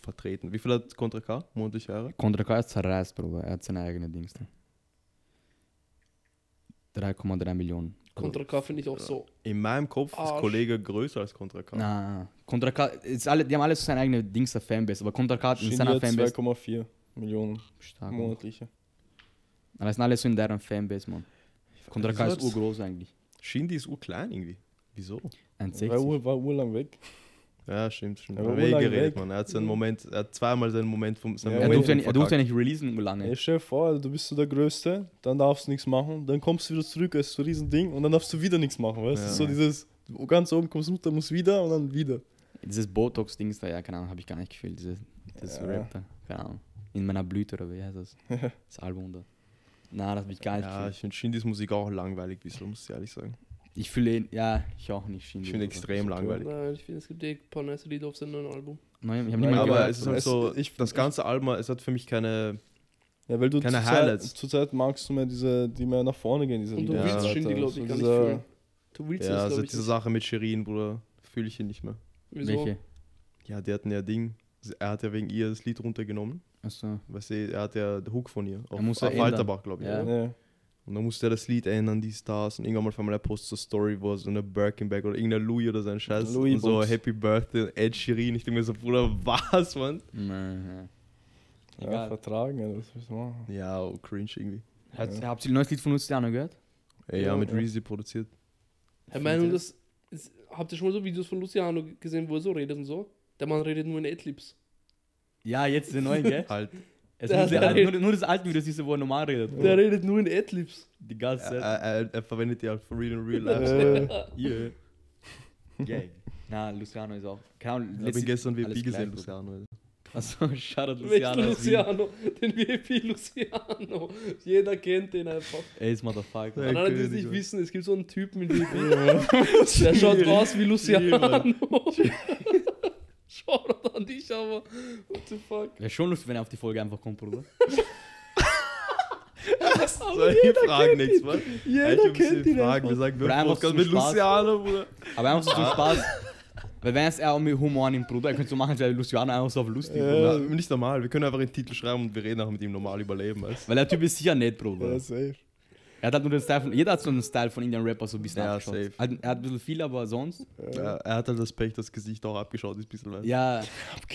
vertreten. Wie viel hat Contra K? Monatlich Jahre?
Contra K ist zerreißt, Bruder. Er hat seine eigene Dings. da. 3,3 Millionen.
Contra K finde ich auch so.
In meinem Kopf
Arsch.
ist Kollege größer als Contra K.
Na, Contra K, ist alle, die haben alle so seine eigene Dings der Fanbase, aber Contra K hat in
Shindy
seiner
hat
Fanbase.
2,4 Millionen
Ah,
Stark. Mann.
monatliche.
Aber es sind alle so in deren Fanbase, Mann. Contra K ist
Wieso hat's-
urgroß eigentlich.
Shindy ist urklein irgendwie. Wieso?
1,60.
War, ur- war urlang weg.
Ja, stimmt, stimmt.
Aber
Aber
wo lang weg?
geredet, man. Er hat seinen Moment, er hat zweimal seinen Moment vom seinen
Ja,
Er
Win-
durfte, ja
Moment
nicht, er durfte ja
verkackt.
nicht releasen lange.
Ey, stell dir vor, du bist so der Größte, dann darfst du nichts machen, dann kommst du wieder zurück, es ist so ein Riesending und dann darfst du wieder nichts machen, weißt du?
Ja.
So dieses, ganz oben kommst du runter, musst wieder und dann wieder.
Dieses Botox-Dings da, ja, keine Ahnung, habe ich gar nicht gefühlt. Dieses, das
Ja.
Rap da, keine Ahnung. In meiner Blüte oder wie heißt das? Das Album da. Na, das habe ich gar nicht
Ja,
gefühlt.
ich finde Shindys Musik auch langweilig, wieso, muss ich ehrlich sagen.
Ich fühle ihn, ja, ich auch nicht.
Ich finde extrem langweilig.
Nein, ich finde, es gibt eh ein paar nice Lieder auf seinem neuen Album.
Nein, ich habe nicht
Nein,
mal
Aber
gehört.
es ist halt
Es-
so,
ich-
das ganze Album, es hat für mich keine.
Ja, weil du
Keine
zur
Highlights.
Zeit, zur Zeit magst du mehr diese, die mehr nach vorne gehen, diese
Und du
Lieder
willst
so
Shindy,
weiter.
glaube
So
ich, gar nicht
dieser-
fühlen. Du willst
Ja,
das,
also
glaube ich.
diese
nicht.
Sache mit Shirin, Bruder, fühle ich ihn nicht mehr.
Wieso?
Welche?
Ja, die hatten ja Ding. Er hat ja wegen ihr das Lied runtergenommen.
Achso.
Weißt du, er hat ja den Hook von ihr. Auf,
muss
auf
er ändern.
Walterbach, glaube ich.
Ja.
oder?
Ja.
Und dann musste er das Lied ändern, die Stars. Und irgendwann mal auf einmal er postet so Story, wo er so eine Birkenbag oder irgendein Louis oder so ein Scheiß.
Louis
und so
Bums.
Happy Birthday, Ed Sheeran. Ich denke mir so, Bruder, was, Mann?
Mhm.
ja,
Egal.
vertragen, ja, das willst du machen.
Ja, oh, cringe irgendwie.
Hat, Habt ihr ein neues Lied von Luciano gehört?
Ey, ja,
Ja,
mit
ja.
Reezy produziert.
Ich meine, das ist, habt ihr schon mal so Videos von Luciano gesehen, wo er so redet und so? Der Mann redet nur in Adlibs.
Ja, jetzt den neuen, gell?
Halt.
Es
Der
ist nur,
hat-
der, nur, nur das alte Video, siehst du, wo er normal redet.
Der redet nur in Adlibs.
Die ganze
Er,
Zeit.
er, er, er verwendet die halt for real in real life.
Äh,
yeah.
Gang. Na, Luciano ist auch. Keine Ahnung,
Ich habe ihn gestern
alles
WP gesehen,
gleich,
Luciano. Alter.
Achso, Shoutout Also, Luciano.
Luciano,
ist wie-
Luciano den VIP Luciano. Jeder kennt den einfach.
Ace Motherfucker.
Und alle, die es
König,
nicht
Mann.
wissen, es gibt so einen Typen in VIP. der schaut aus wie Luciano. Schaut an dich, aber what the fuck.
Wäre schon lustig, wenn er auf die Folge einfach kommt, Bruder.
Soll ich fragen nichts, Mann?
Jeder
Ey, ich hab ein
kennt
bisschen
ihn
Fragen. Wir
einfach.
sagen, wir
Oder
haben
einfach
Podcast
zum
mit
Spaß.
Luciano, Bruder.
Aber einfach so zum Spaß. Weil wenn es eher um Humor nimmt, Bruder, er könnte so machen, als wäre Luciano einfach so auf lustig. Bruder.
Ja, nicht normal. Wir können einfach den Titel schreiben und wir reden auch mit ihm normal über Leben. Weißt? du?
Weil der Typ ist sicher nett, Bruder.
ja, safe.
Er hat halt nur den Style von, jeder hat so einen Style von Indian Rapper so ein bisschen
Ja,
abgeschaut.
safe.
Hat- Er hat ein bisschen viel, aber sonst.
Ja, er hat halt das Pech, das Gesicht auch abgeschaut ist, ein bisschen. Weißt? du?
Ja,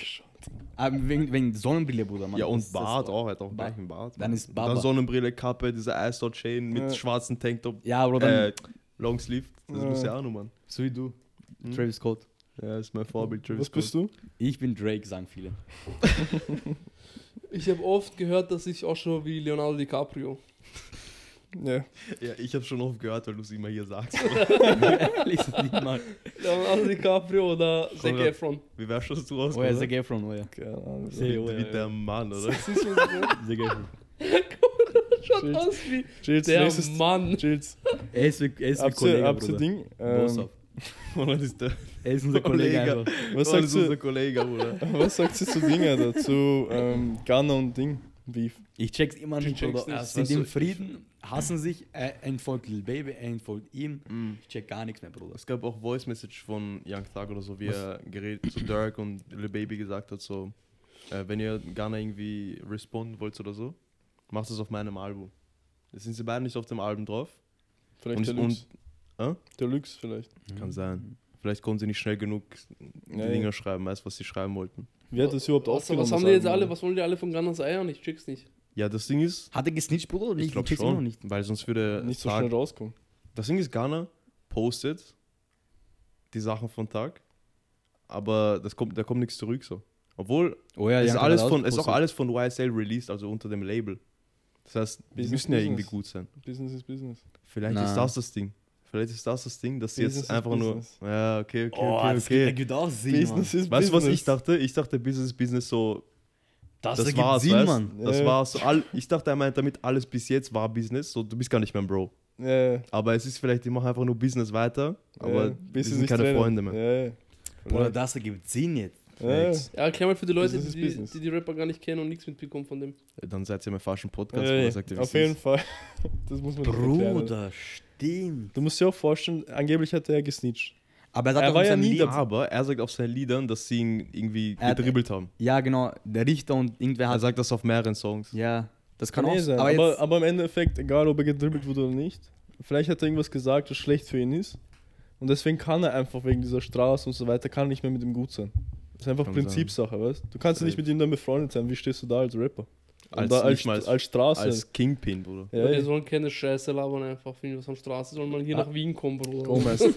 aber wegen, wegen Sonnenbrille, Bruder. Mann.
ja,
Das
und
ist das-
Bart auch. Er hat auch einen
Ba-
gleichen Bart.
Dann
Mann.
ist
Und
Baba.
Dann Sonnenbrille, Kappe, diese Eisdot-Chain mit
Ja.
schwarzen Tanktop.
Ja, Bruder, dann,
Äh, Longsleeve. Das ist
Ja.
Luciano, Mann.
so wie du.
Äh,
Travis Scott.
Ja, ist mein Vorbild. Travis
Was bist du?
Ich bin Drake, sagen viele.
Ich habe oft gehört, dass ich auch schon wie Leonardo DiCaprio.
Ja.
du? Ja, ich habe schon oft gehört, weil du es immer hier sagst.
Ehrlich, das nicht mal.
Leonardo DiCaprio oder Zac
Konrad.
Efron.
Wie wärst du, dass du raus?
Oh ja, Zac Efron, oh ja.
Keine Ahnung.
Sehr, oh
Wie,
ja.
wie der Mann, oder?
Zac Efron.
Schaut
Shit.
aus wie
Chills,
der
nächstes.
Mann.
Chills.
Er ist wie, er ist wie
Habt ihr-
Kollege,
habt ihr
Bruder.
Ding?
Boss
Ähm,
auf.
Konrad ist der.
Er ist unser Kollege
Kollege.
einfach.
was
Konrad ist
sagst du?
unser Kollege, Bruder.
Was sagst du zu Ding, Alter? Zu ähm, Ghana und Ding? Beef.
Ich check's immer
Ich
nicht,
check's
Bruder.
nicht.
Erst Sind im Frieden, hassen sich, er entfolgt Lil Baby, er entfolgt ihm. Ich check gar nichts mehr, Bruder.
Es gab auch Voice Message von Young Thug oder so, wie er geredet zu Dirk und Lil Baby gesagt hat, so, äh, wenn ihr Ghana irgendwie responden wollt oder so, macht es auf meinem Album. Jetzt sind sie beide nicht auf dem Album drauf.
Vielleicht
Und-
Deluxe.
und-
Deluxe vielleicht.
Kann sein. Vielleicht konnten sie nicht schnell genug die
Ja,
Dinger
ja.
schreiben, weißt was sie schreiben wollten.
Wie hat das überhaupt
Also, was,
aufgenommen?
was haben die
das
jetzt
Album?
alle? Was wollen die alle von Gunners Eiern? Ich check's nicht.
Ja, das Ding ist,
Hat er gesnitcht, Bruder? Oder nicht?
ich glaube
check's immer noch
schon,
nicht.
weil sonst würde
Nicht so
Thug-
schnell rauskommen.
Das Ding ist, Ghana postet die Sachen von Tag, aber das kommt, da kommt nichts zurück so. Obwohl,
Oh ja,
ist,
Janka
alles
hat
von, ist auch
ausgepostet.
alles von YSL released, also unter dem Label. Das heißt, die
Business,
müssen ja irgendwie
business.
gut sein.
Business ist Business.
Vielleicht
Na.
ist das das Ding. Vielleicht ist das das Ding, dass sie
Business
jetzt
ist
einfach nur.
business.
Ja, okay, okay,
Oh,
okay.
das gibt-
okay.
ergibt auch Sinn, Mann.
ist
weißt du, was ich dachte? Ich dachte, Business ist Business so.
Das,
Das,
ergibt
war's,
Sinn,
weißt?
Mann.
Das
Ja.
war's. So, all, ich dachte, er meint damit, alles bis jetzt war Business. So, du bist gar nicht mein Bro.
Ja, ja.
Aber es ist vielleicht, die machen einfach nur Business weiter. Aber
ja,
wir
sie
sind
sich
keine
trennen.
Freunde mehr.
Ja, ja.
Oder das ergibt Sinn jetzt.
Ja,
Facts.
Ja, erklär mal für die Leute,
Business
die
is
die,
business.
die die Rapper gar nicht kennen und nichts mitbekommen von dem.
Dann seid ihr im falschen Podcast,
ja,
Bruder,
ja.
sagt ihr, wie
Auf
es ist.
jeden Fall. Das muss man doch erklären, Alter.
Bruder, stimmt.
Du musst dir auch vorstellen, angeblich hat er gesnitcht.
Aber er, sagt
Er
doch
war
in
ja
seinem
nie
Lied-
dabei.
Aber er sagt auf seinen Liedern, dass sie ihn irgendwie
Er hat-
gedribbelt haben.
Ja, genau. Der Richter und irgendwer
Er
hat.
sagt das auf mehreren Songs.
Ja, das kann
Kann
auch
eh sein.
Aber,
Aber,
jetzt,
aber, im Endeffekt, egal ob er gedribbelt wurde oder nicht, vielleicht hat er irgendwas gesagt, das schlecht für ihn ist. Und deswegen kann er einfach wegen dieser Straße und so weiter, kann er nicht mehr mit ihm gut sein. Das ist einfach
Kann
Prinzipsache, weißt du? Du kannst ja nicht
Safe.
mit ihm dann befreundet sein. Wie stehst du da als Rapper? Und
Als,
da, als,
nicht mal als,
als Straße.
als Kingpin, Bruder.
ja,
Leute
ja.
sollen keine Scheiße labern einfach, finden was am Straße, sollen mal hier
Ah.
nach Wien kommen, Bruder.
Oh Meister.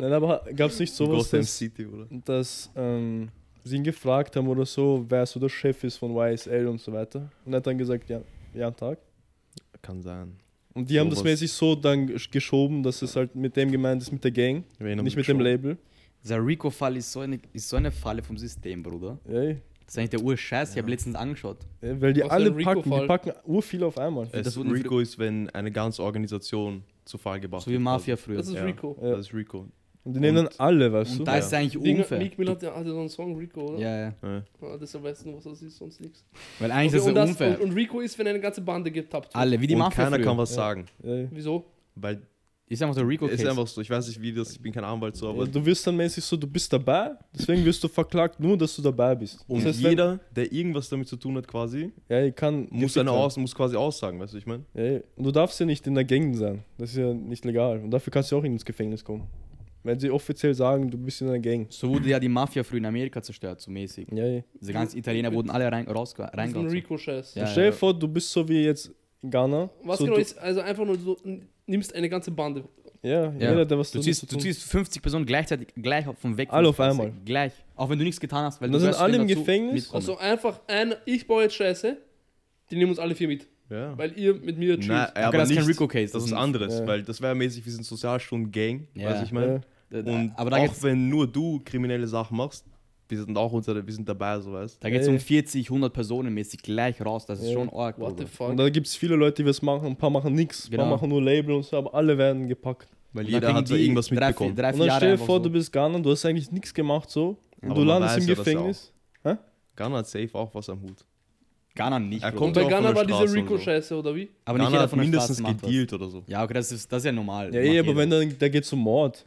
Nein, aber gab es nicht sowas,
Gotham
dass,
City, Bruder.
dass ähm, sie ihn gefragt haben oder so, wer so der Chef ist von YSL und so weiter? Und er hat dann gesagt, ja, ja, Tag.
Kann sein.
Und die haben das
Sowas.
mäßig so dann gesch- geschoben, dass es halt mit dem gemeint ist, mit der Gang,
Wen haben
nicht
wir
mit dem
schon?
Label.
dieser Rico-Fall ist, so eine- ist so eine Falle vom System, Bruder.
Ey,
Das ist eigentlich der Urscheiß. Ich habe letztens angeschaut.
ey, weil die
Was für
alle
ein Rico-Fall.
packen, die packen urviel auf einmal.
Das
Es,
wurden
Rico ist, wenn eine ganze Organisation zu Fall gebracht
So wie
wird,
Mafia früher.
Das ist
Ja.
Rico.
Ja.
quasi. Das ist Rico.
Und die nehmen dann alle, weißt du?
und da ist es eigentlich
Ding,
unfair.
Meek Mill hat ja hatte so einen Song, Rico, oder?
Ja, ja.
Ja.
Ah, deshalb weißt du, was das ist, sonst nichts.
Weil eigentlich ist
und,
es ja
das,
unfair.
und, und Rico ist, wenn eine ganze Bande getappt wird.
Alle, wie die
Und
Mafia
keiner
früher.
kann was
Ja.
sagen.
Ey.
Wieso?
Weil
Ist einfach der Rico-Case.
ist einfach so. Ich weiß nicht, wie das. Ich bin kein Anwalt so, aber.
Ey, Du wirst dann mäßig so, du bist dabei, deswegen wirst du verklagt, nur dass du dabei bist.
Und
Das heißt, wenn-
um jeder, der irgendwas damit zu tun hat, quasi,
Ja, ich kann.
muss,
gefickt
eine
werden.
aus, muss quasi aussagen, weißt du, ich meine?
Ey, und du darfst ja nicht in der Gang sein. Das ist ja nicht legal. Und dafür kannst du auch ins Gefängnis kommen. Wenn sie offiziell sagen, du bist in einer Gang.
So wurde ja die Mafia früher in Amerika zerstört, so mäßig.
Ja, ey.
Diese ganzen Italiener wurden alle rein, rausge-
Das ist ein
reingehauen.
Rico-Scheiß.
Ja,
Stell dir vor, du bist so wie jetzt in Ghana.
Was
so
genau
du,
ist, also einfach nur so, n- nimmst eine ganze Bande.
Ja,
Ja.
jeder, der was
Du
damit
ziehst,
zu
du
tun
ziehst 50 Personen gleichzeitig gleich vom Weg.
Alle auf
Straße.
einmal.
Gleich. Auch wenn du nichts getan hast. Weil
Und
du
dann sind
gehörst
alle im
dazu,
Gefängnis?
mitkommen.
Also einfach ein, ich baue jetzt Scheiße, die nehmen uns alle vier mit,
Ja.
weil ihr mit mir chillt.
Nein, äh, aber
das ist
nicht,
kein Rico-Case,
Das
das
ist
ist-
anderes,
Ja.
weil das wäre mäßig, wir sind Sozialstunden-Gang,
Ja.
weißt du, ich meine?
Da- da-
Und
aber da
auch
geht's-
wenn nur du kriminelle Sachen machst, wir sind auch unter, wir sind dabei, so weißt
Da geht es um
Ey.
40, 100 Personen mäßig gleich raus. Das ist
Ey.
schon arg.
What the
Bruder.
Und
fuck?
da gibt es viele Leute, die was machen, ein paar machen nichts, ein
Genau.
paar machen nur Label und so, aber alle werden gepackt.
Weil
Und
jeder
dann
hat da
kriegen die
irgendwas
drei,
mitbekommen.
Vier, drei,
Und
vier
dann
Jahre
stell dir
einfach
vor,
so.
du bist Ghana, du hast eigentlich nichts gemacht so und
Aber
du
man
landest im
weiß ja, dass er
Gefängnis.
Ghana hat safe auch was am Hut.
Ghana nicht.
Er
Bruder.
kommt
Bei
auch von
Ghana
der
war diese
Straße und so.
Rico-Scheiße, oder wie?
aber nicht
Ghana
jeder
hat
von der Straße
mindestens
macht was.
gedealt oder so.
Ja, okay, das ist, das ist ja normal.
Ja,
Macht
ey, aber
jeder.
wenn dann, da geht's um Mord,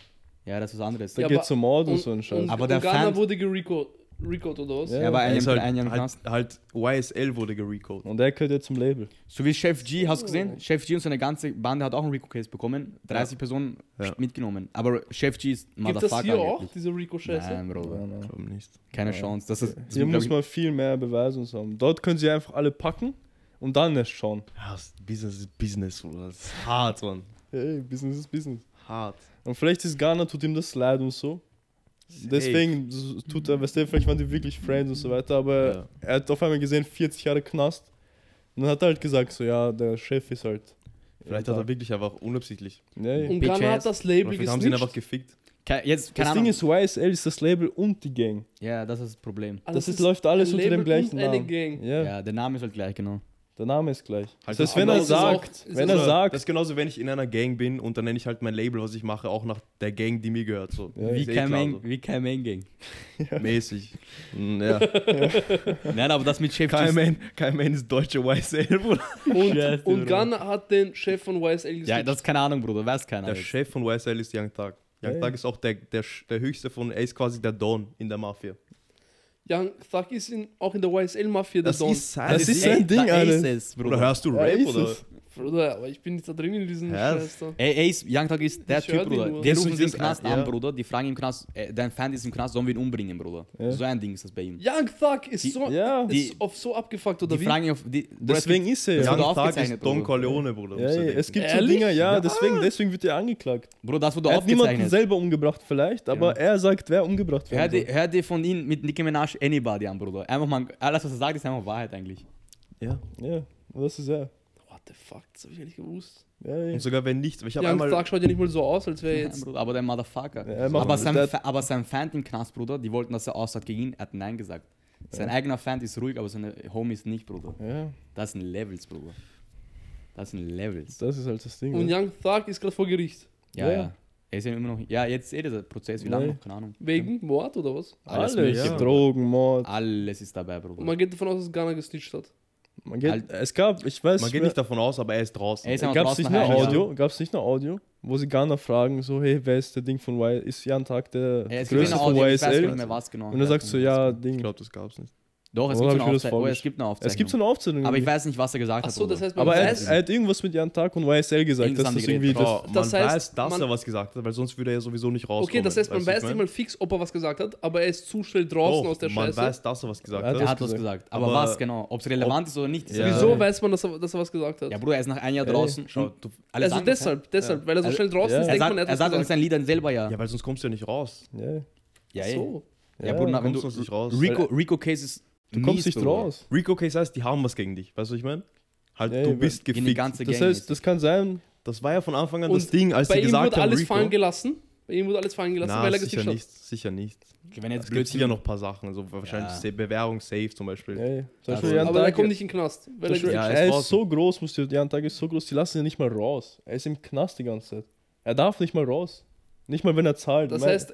Ja, das ist was anderes.
da
Ja,
Ja,
geht's
aber-
um Mord und, so ein Scheiß.
und,
Aber
und
der
Ghana
Fan-
wurde gerico Rico oder was?
Ja.
aber
Er
ein
ist
Jahr ein Jahr im Knast.
halt, halt, halt YSL wurde gerecoded.
Und der gehört jetzt zum Label.
So wie Chef G, hast du gesehen? Chef G und seine ganze Bande hat auch einen Rico-Case bekommen. 30 Personen
Ja.
mitgenommen. Aber Chef G ist ein
Gibt das
Motherfucker
hier auch,
angeblich.
diese Rico-Scheiße?
Nein, Bro.
Ja, nein.
Ich glaube nicht.
Keine Chance. Das ist, das
Hier
wird,
muss
glaub
man viel mehr Beweise und so haben. Dort können sie einfach alle packen und dann erst schauen.
Ja, das Business ist Business, Bruder. Das ist hart, Mann.
Ey, Business ist Business.
Hart.
Und vielleicht ist Ghana, tut ihm das leid und so. Deswegen so- tut er, weißt du, vielleicht waren die wirklich Friends und so weiter, aber
Ja.
er hat auf einmal gesehen, 40 Jahre Knast. Und dann hat er halt gesagt, so, ja, der Chef ist halt.
Vielleicht hat er wirklich einfach unabsichtlich.
Nee.
Und
Bitch
Ghana
ass.
hat das
Oder
Label
vielleicht haben sie ihn einfach
gesnitcht.
gefickt.
ich- Ke jetzt, keine
Das
Ahnung.
Ding ist, YSL ist das Label und die Gang.
ja, das ist das Problem.
Ah,
das ist, läuft alles
ein
unter dem
Label
gleichen
und eine
Namen.
Gang.
Ja,
Ja. der Name ist halt gleich, genau.
der Name ist gleich.
Halt
das heißt,
das
wenn er
Label.
sagt,
Ist
wenn
das
er
so?
sagt,
Das ist genauso, wenn ich in einer Gang bin und dann nenne ich halt mein Label, was ich mache, auch nach der Gang, die mir gehört. So.
Ja,
Wie
Ist eh
kein,
klar,
Main,
so.
wie kein Main Gang.
Mäßig. Mm, Ja.
Nein, aber das mit Chef
Kein
G.
Man, kein Man ist deutsche YSL, Bruder.
Und, und Ghana hat den Chef von YSL gesnitcht.
Ja, das ist keine Ahnung, Bruder. Weiß keiner.
Der
jetzt.
Chef von YSL ist Young Thug. Young
Ja,
Thug
ja.
ist auch der, der, Sch- der höchste von, er ist quasi der Don in der Mafia.
Young Thug ist in, auch in der YSL-Mafia der Don.
sein,
Das ist sein
Ey,
Ding,
da
Alter.
Ace ist,
Bruder,
Bruder.
hörst du
Ja,
Rap,
ist
oder?
es.
Bruder, aber ich bin nicht da drin in diesem
Ja,
Scheiß da.
Ey, Ace, Young Thug ist der
Ich
Typ,
hör die
Bruder.
nur.
Der
Das
rufen
ist
sie im
das ein-
Knast
ja.
an, Bruder. Die fragen im Knast, äh, dein Fan ist im Knast, sollen wir ihn umbringen, Bruder?
Ja.
So ein Ding ist das bei ihm.
Young Thug ist
Die-
so
ja.
Die-
ist auf so abgefuckt oder
die
wie?
fragen ihn auf. Die,
deswegen ist er
Das
ja.
wurde
Young Thug
aufgezeichnet,
ist Don
Bruder.
Corleone, Bruder.
ja,
musst du
ja.
denken.
Es gibt so
Ehrlich?
Dinger, ja, deswegen, deswegen wird er angeklagt.
Bruder, das wurde
Er hat niemanden
aufgezeichnet.
selber umgebracht, vielleicht, aber er sagt, wer umgebracht
Hör
werden
dir
soll.
hör dir von ihm mit Nicki Minaj Anybody an, Bruder. Einfach mal, alles, was er sagt, ist einfach Wahrheit eigentlich.
Ja.
Ja, das ist er.
What the fuck, das hab ich gar nicht gewusst.
Ja, ja.
Und sogar wenn nicht, ich habe
Young Thug
einmal.
schaut ja nicht mal so aus, als wäre er
Ja,
jetzt.
Bruder, aber der Motherfucker.
Ja, er macht-
aber, sein,
der-
Fa- aber sein Fan im Knast, Bruder, die wollten, dass er aussagt gegen ihn, er hat Nein gesagt. Sein eigener Fan ist ruhig, aber seine Homies nicht, Bruder.
Ja,
Das sind Levels, Bruder. Das sind Levels.
das ist halt das Ding.
Und
ja.
Young Thug ist gerade vor Gericht.
Ja, ja.
Ja.
Er ist ja immer noch. Ja, jetzt eh dieser Prozess, wie
Nee.
lange noch? Keine Ahnung.
Wegen Mord oder was?
Ah,
Alles
Alles,
Mögliche.
Drogen, Mord.
Alles ist dabei,
Und
Bruder.
man geht davon aus, dass Ghana gesnitcht hat.
Man geht,
Al-
es gab, ich weiß
Man geht nicht davon aus, aber er ist draußen.
Er ist
Gab es nicht nur
nach einem Jahr.
Audio? Gab es nicht nur Audio, wo sie Ghana fragen, so, hey, wer ist der Ding von Y? Ist Jan Tag der
Ja, es gibt
Größte
eine
von
Audio, ich weiß nicht
YSL?
mehr was genau.
Und er sagt so, ja, Ding.
Ich glaube, das gab's nicht.
Doch, es
Oder
gibt, so
hab
eine
ich mir das
Aufzeichnung. Oh, es
vorgestellt?
gibt eine Aufzeichnung.
es gibt so eine Aufzählung.
Aber ich
irgendwie.
weiß nicht, was er gesagt hat.
Achso, das
Bruder.
heißt, man
aber er, hat-
weiß,
er hat irgendwas mit Jan Tag und YSL gesagt,
Irgendwas
dass
haben die
das irgendwie
geredet.
das,
Bro, Oh, man
das heißt,
weiß, dass
man-
er was gesagt hat, weil sonst würde er ja sowieso nicht rauskommen.
okay, das heißt, man
Weißt du,
weiß
ich
nicht
mein?
mal fix, ob er was gesagt hat, aber er ist zu schnell draußen
Doch,
aus der
man
Scheiße.
weiß, dass er was gesagt
Er hat
hat.
Er hat was
gesagt.
gesagt. Aber,
Aber-
was genau? Ob es relevant ist oder nicht, ist
Ja. Hm.
egal.
Wieso weiß man, dass er, dass er was gesagt hat?
Ja, Bruder, er ist nach einem Jahr
Ey,
draußen.
schau, du-
Alles
also
andere-
deshalb, deshalb, weil er so
Also-
schnell draußen
Ja.
ist,
Er
denkt
sagt,
man,
er
er
sagt
hat
uns
was gesagt.
seinen Liedern selber ja.
Ja, weil sonst kommst du ja nicht raus.
Ja.
Ja, ey.
so.
ja, Bruder, na, wenn du
kommst du nicht raus.
Rico, Rico Case ist.
Du kommst nicht raus.
Rico Case heißt, die haben was gegen dich. Weißt du, was ich meine? Halt,
Ja,
du
ja,
bist
In die
gefickt.
ganze
Das
Gang.
heißt, das kann sein,
Das war ja von Anfang an
Und
das Ding, als
Bei
sie
ihm
gesagt
wurde
haben,
alles
Rico.
fallen gelassen. Bei ihm wurde alles fallen gelassen,
Na,
weil er
sicher
gesnitcht hat.
nicht, sicher nicht.
wenn jetzt
Es gibt
plötzlich
sicher noch ein paar Sachen, so wahrscheinlich
Ja.
Sa- Bewährung safe zum Beispiel.
Ja, ja. Zum
Also-
Beispiel Jan
Aber er
Tag,
kommt nicht in den Knast. Weil
zum
er
Beispiel,
Ja,
gesnitcht
er
er,
ist
ist
draußen.
so groß, musst du, Jan Tag ist so groß, die lassen ihn nicht mal raus. Er ist im Knast die ganze Zeit. Er darf nicht mal raus. Nicht mal, wenn er
hat.
zahlt.
Das
Mein-
heißt,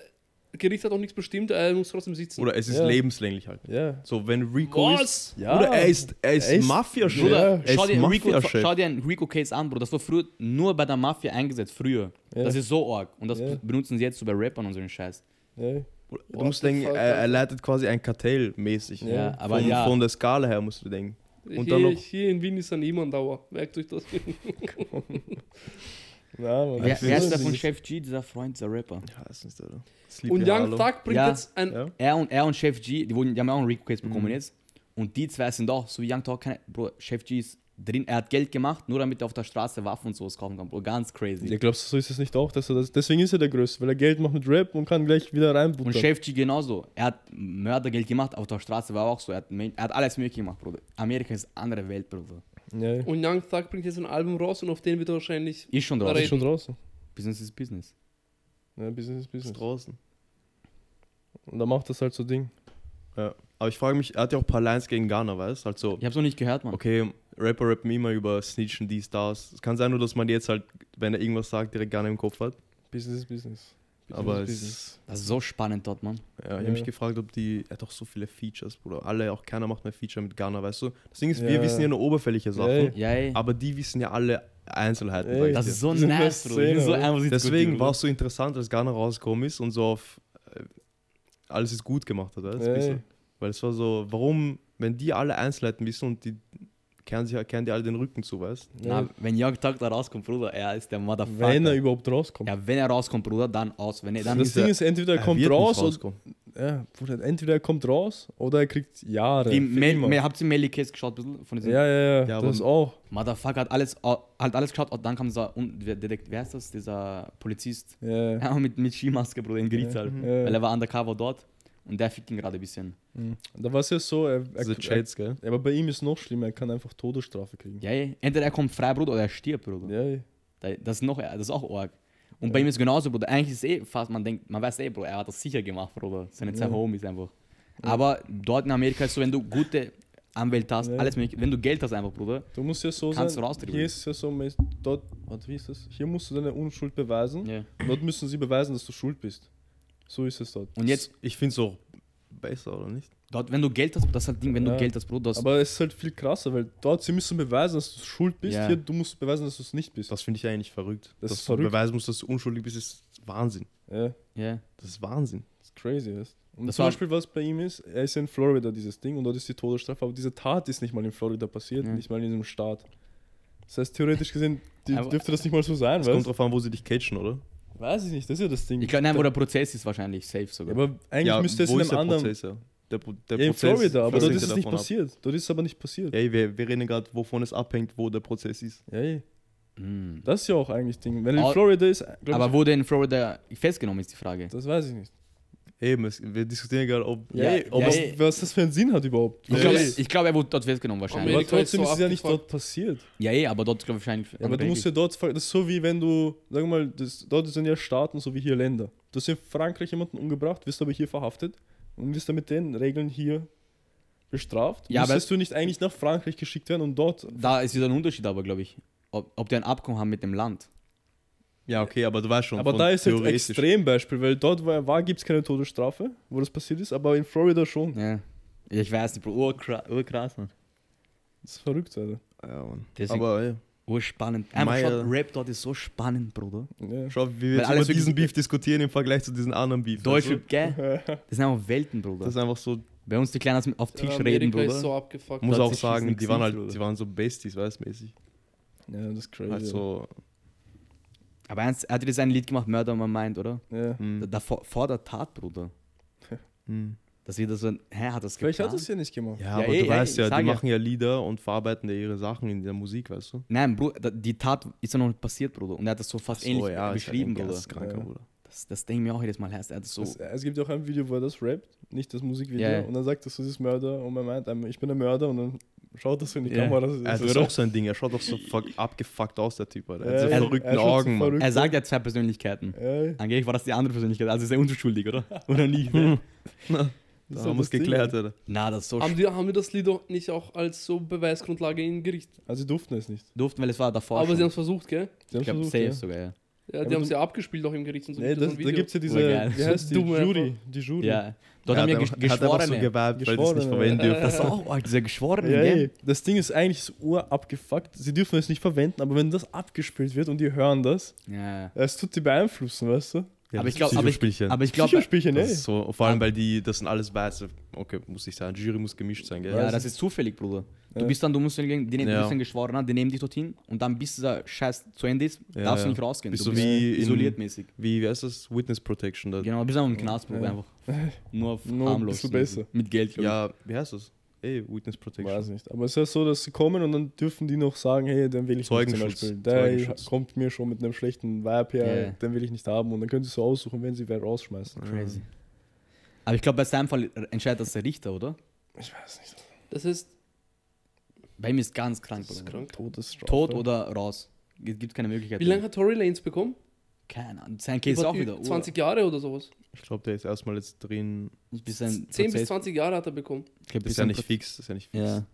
Gericht hat auch nichts bestimmt, er muss trotzdem sitzen.
Oder es ist
Ja.
lebenslänglich halt.
ja.
So, wenn Rico ist.
was?
Ja.
Oder er ist, er ist,
Er ist-
Mafia-Chef.
Bruder,
er
Schau
ist
dir, Rico,
Mafia-Chef.
schau dir einen Rico-Case an, Bro. Das war früher nur bei der Mafia eingesetzt, früher.
Ja.
Das ist so arg. Und das
Ja.
benutzen sie jetzt so bei Rappern und so einen Scheiß.
ja.
Bruder, Du
What
musst
the
denken,
fuck,
er,
Alter.
er leitet quasi ein Kartell mäßig. ne?
Ja,
Ja.
aber
von,
ja.
von der Skala her musst du denken. Und
hier,
dann noch-
hier in Wien ist er niemand dauer. Merkt euch das.
Na, Mann,
Wer,
das
wer
ist-
ist da von Chef G, dieser Freund, dieser Rapper?
Ja, ist nicht, Alter.
Und
Sleepy
Young
Harlow.
Thug bringt
Ja.
jetzt ein.
Ja.
Er und, er und Chef G, die, wurden, die haben ja auch einen Rico-Case bekommen jetzt. Und die zwei sind auch, so wie Young Talk, keine, Bro, Chef G ist drin. Er hat Geld gemacht, nur damit er auf der Straße Waffen und sowas kaufen kann, Bro. Ganz crazy.
Ja, glaubst du, so ist es nicht auch, dass er das. Deswegen ist er der Größte, weil er Geld macht mit Rap und kann gleich wieder
Und
reinbuttern.
Chef G genauso. Er hat Mördergeld gemacht, auf der Straße war er auch so. Er hat, Men- er hat alles möglich gemacht, Bruder. Amerika ist eine andere Welt, Bruder.
Ja, ja.
Und Young Thug bringt jetzt ein Album raus und auf den wird er wahrscheinlich.
Ist schon
Er
drauf.
ist schon draußen.
Business ist Business.
Ja, Business ist
Ist
Business.
draußen.
Und da macht das halt so Ding.
Ja. Aber ich frage mich, er hat ja auch ein paar Lines gegen Ghana, weißt du? Halt so,
Ich hab's noch nicht gehört, Mann.
okay, Rapper rappen immer über Snitchen, die Stars. Es kann sein, nur dass man jetzt halt, wenn er irgendwas sagt, direkt Ghana im Kopf hat.
Business ist Business. Business
Aber
ist
es
Business.
ist.
Das ist so spannend dort, Mann.
Ja, ich habe
Ja.
mich gefragt, ob die. Er hat auch so viele Features, Bruder. Alle, auch keiner macht mehr Feature mit Ghana, weißt du? Das Ding ist, wir
Ja.
wissen ja nur oberflächliche Sachen.
ey.
Ja, ey.
Aber die wissen ja alle Einzelheiten.
Ey.
sag ich
Das
dir.
ist so
Diese
nice, Bro. Die sind so
Szene,
einfach, sie
Deswegen
diskutieren,
war es so interessant, als Ghana rausgekommen ist und so auf äh, alles ist gut gemacht hat. Weißt? du,
Ey.
bisschen. Weil es war so, warum, wenn die alle Einzelheiten wissen und die kehren, sich, kehren die alle den Rücken zu, weißt
Bruder. Na, wenn Young Tag da rauskommt, Bruder, er ist der Motherfucker.
Wenn er überhaupt rauskommt.
ja, wenn er rauskommt, Bruder, dann aus. Wenn er, dann
das
ist
ist er-
Ding ist, entweder er kommt
wird nicht
raus und,
rauskommen.
ja, Bruder, entweder er kommt raus oder er kriegt Jahre.
die Mel,
Filme.
Mel, habt ihr Melly Case geschaut, bisschen von diesem
ja, ja, ja,
Ja, aber-
das auch.
Motherfucker hat alles, hat alles geschaut und dann kam dieser, Un- wer Detekt- wer ist das, dieser Polizist,
Ja, halt. ja.
ja, mit, mit Skimaske, Bruder, in Gerichtssaal,
Ja.
weil er war undercover dort und der fickt ihn gerade ein bisschen.
Mhm. Da war es ja so, er, er,
Diese
er,
Chats, gell?
aber bei ihm ist noch schlimmer, er kann einfach Todesstrafe kriegen.
Ja, ey. entweder er kommt frei, Bruder, oder er stirbt, Bruder.
Ja, ja.
Da- Das ist noch, das ist auch arg. Und bei ihm ist genauso, Bruder. Eigentlich ist es eh fast, man denkt, man weiß eh, Bruder, er hat das sicher gemacht, Bruder. Seine zwei
Ja.
Homies einfach. Aber dort in Amerika ist so, wenn du gute Anwälte hast,
Ja.
alles mögliche, wenn du Geld hast einfach, Bruder.
Du musst ja so
Kannst du
sein,
rausdribbeln.
hier ist es ja so, mäß- dort, warte, wie ist das? Hier musst du deine Unschuld beweisen,
Ja.
dort müssen sie beweisen, dass du schuld bist. So ist es dort.
Und jetzt,
Ich finde es auch besser, oder nicht?
dort, wenn du Geld hast, das ist halt Ding, wenn
Ja.
du Geld hast, Bruder, das
Aber es ist halt viel krasser, weil dort, sie müssen beweisen, dass du schuld bist,
Ja.
hier, du musst beweisen, dass du es nicht bist.
Das finde ich eigentlich verrückt.
Das
dass
ist verrückt.
du beweisen musst, dass du unschuldig bist, ist Wahnsinn.
ja.
ja.
Das ist Wahnsinn.
Das ist crazy ist. Und
Das
zum
war-
Beispiel, was bei ihm ist, er ist ja in Florida, dieses Ding, und dort ist die Todesstrafe, aber diese Tat ist nicht mal in Florida passiert,
Ja.
nicht mal in diesem Staat. Das heißt, theoretisch gesehen die,
Aber-
dürfte das nicht mal so sein,
Es kommt
weißt
drauf an, wo sie dich catchen, oder?
Weiß ich nicht, das ist ja das Ding.
Ich glaube, nein, wo der Prozess ist wahrscheinlich safe sogar.
aber eigentlich müsste es
wo
in
ist
einem
der
anderen.
Prozess, ja? Der, Pro- der
ja, in
Prozess
Florida, aber
hängt
dort
ja
ist es nicht
davon ab.
passiert. Dort ist es aber nicht passiert.
Ey, wir, wir reden gerade, wovon es abhängt, wo der Prozess ist.
Ja, ey.
Hm.
Das ist ja auch eigentlich Ding. Wenn er
Au-
in Florida ist, glaub
Aber wo der in Florida festgenommen ist, die Frage.
ich, das weiß ich nicht.
Eben, es, wir diskutieren gerade, ob.
Ja,
ey, ob
ja,
was,
ey.
was das für einen Sinn hat überhaupt.
Ich
Ja,
glaube,
ja.
ich glaub, er wurde dort festgenommen wahrscheinlich.
aber
Amerika ist
trotzdem
so
ist es ja nicht
abgefuckt.
dort passiert.
Ja, eh, aber dort glaube ich wahrscheinlich.
Ja, aber du musst ja dort, ver- das ist so wie wenn du, sag mal, das, dort sind ja Staaten so wie hier Länder. Du hast in Frankreich jemanden umgebracht, wirst aber hier verhaftet und wirst dann mit den Regeln hier bestraft.
Ja, aber-
Müsstest du nicht eigentlich nach Frankreich geschickt werden und dort.
Da ist wieder ein Unterschied, aber glaube ich. Ob, ob die ein Abkommen haben mit dem Land.
Ja, okay, aber du weißt schon.
Aber
von
da ist jetzt ein
theoretisch.
Extrembeispiel, weil dort, wo er war, gibt es keine Todesstrafe, wo das passiert ist, aber in Florida schon.
Ja. Ich weiß nicht, Bro. Urkra- Urkrass, Mann.
Das ist verrückt, Alter.
Ja, Mann.
Deswegen-
Aber ey,
Urspannend. Einfach
Meier.
schon, Rap dort ist so spannend, Bruder.
Ja.
schau, wie wir jetzt
alles
über
wirklich-
diesen Beef diskutieren im Vergleich zu diesen anderen Beef.
Deutsch,
weißt
gell? Das sind einfach Welten,
du?
Bruder.
Das ist einfach so,
Bei uns die Kleinen aus- auf Tisch
Ja,
reden,
Amerika
Bruder.
ähm, ist so abgefuckt.
muss
Da
auch
hat sich schießen
sagen, die
gesehen,
waren halt,
Bruder.
die waren so Besties, weißt du, mäßig.
ja, das ist crazy.
Halt
Also,
so,
Aber eins, er hat dir das ein Lied gemacht, Murder on my mind, oder?
ja.
Da,
hm,
da vor, vor der Tat, Bruder.
hm.
Dass jeder so ein, hä, hat das
Vielleicht hat
geplant?
das ja nicht gemacht.
Ja,
Ja,
aber
eh,
du
eh,
weißt
ich
ja,
sag
die
ja.
machen ja Lieder und verarbeiten ja ihre Sachen in der Musik, weißt du?
Nein, Bruder, da- die Tat ist ja noch nicht passiert, Bruder. Und er hat das so fast
So,
ähnlich
ja, ist ja
beschrieben,
ein
Bruder.
geisteskranker
Ja.
Bruder.
Das, das denke ich mir auch jedes Mal, heißt er hat das so.
Das, es gibt ja auch ein Video, wo er das rappt, nicht das Musikvideo,
Ja, ja.
und dann sagt er, so, das ist Mörder, und man meint, ähm, ich bin ein Mörder, und dann schaut das so in die
Ja.
Kamera.
Das ist auch so ein Ding, er schaut doch so fuck, abgefuckt aus, der Typ, Alter. Er
Ja,
hat
er-
so
er
verrückten
schaut so
Augen, Mann.
verrückt.
er sagt ja zwei Persönlichkeiten.
ja, das
Angeblich war das die andere Persönlichkeit, also ist er unschuldig, oder? Oder nicht? ne?
ist
Da
halt
haben wir
das
es
Ding.
geklärt, Alter.
Na, das ist so
Haben, die, haben wir das Lied auch nicht auch als so Beweisgrundlage im Gericht?
Also sie durften es nicht.
sch- durften, weil es war davor.
Aber
schon.
sie haben es versucht, gell?
Sie haben
ich glaube,
versucht,
safe
ja.
sogar, ja.
Ja, die
aber
haben
du-
es ja abgespielt auch im Gericht und so.
Nee,
gibt's auch
das,
ein
da
Video.
gibt es ja diese,
Urgeil.
wie heißt die,
Dumm einfach.
Jury, die Jury.
ja. Dort haben wir
Mhm. er hat
gesch-
einfach- er hat einfach so
Geschworene.
geweibt, weil die es nicht
Geschworene.
verwenden dürfen.
das ist auch arg, dieser Geschworene,
Ja,
gell?
ey, das Ding ist eigentlich so urabgefuckt. Sie dürfen es nicht verwenden, aber wenn das abgespielt wird und die hören das,
Ja, ja.
es tut die beeinflussen, weißt du?
Ja,
aber
das
ich glaube, aber ich,
Psychospielchen.
aber ich glaube,
Psychospielchen,
Das
ey.
ist so, vor allem, weil die, das sind alles Weiße. Okay, muss ich sagen, Jury muss gemischt sein, gell?
ja,
Weiß
das
ich.
ist zufällig, Bruder. Du
Ja.
bist dann, du musst dann gegen, die nehmen,
Ja.
du bist dann geschworen, die nehmen dich dorthin und dann bis dieser Scheiß zu Ende ist,
Ja,
darfst du
ja.
nicht rausgehen.
Bist
du
so wie in-
isoliert mäßig.
Wie, wie heißt das? Witness Protection. Da.
Genau, bist einfach im Knast, Bruder,
Ja.
einfach. Nur auf
Nur ein
harmlos.
bisschen besser.
Mit Geld, glaub
Ja, wie heißt das? Ey, Witness
Weiß
Protection.
nicht. Aber es ist ja so, dass sie kommen und dann dürfen die noch sagen, hey, den will ich nicht
Zeugenschutz.
zum Beispiel. Der
Zeugenschutz.
kommt mir schon mit einem schlechten Vibe her,
Ja.
den will ich nicht haben. Und dann können sie so aussuchen, wenn sie wer rausschmeißen.
ich. Crazy. Aber ich glaube, bei seinem Fall entscheidet das der Richter, oder?
Ich weiß nicht.
Das heißt,
Bei ihm ist ganz krank,
das ist
Bruder.
krank.
Todesstrafe.
Tot oder raus. Gibt gibt keine Möglichkeit.
Wie lange hat Tory Lanes bekommen?
Keine Ahnung. Sein Case ist
Über
auch wieder.
20 Jahre oder sowas.
Ich glaube, der ist erstmal jetzt drin.
Ur- bis sein
10 bis
Prozess-
20 Jahre hat er bekommen.
Ich glaub,
Das
bis
ist ja
sein
nicht
Prozess-
fix. Das ist ja nicht fix.
Ja.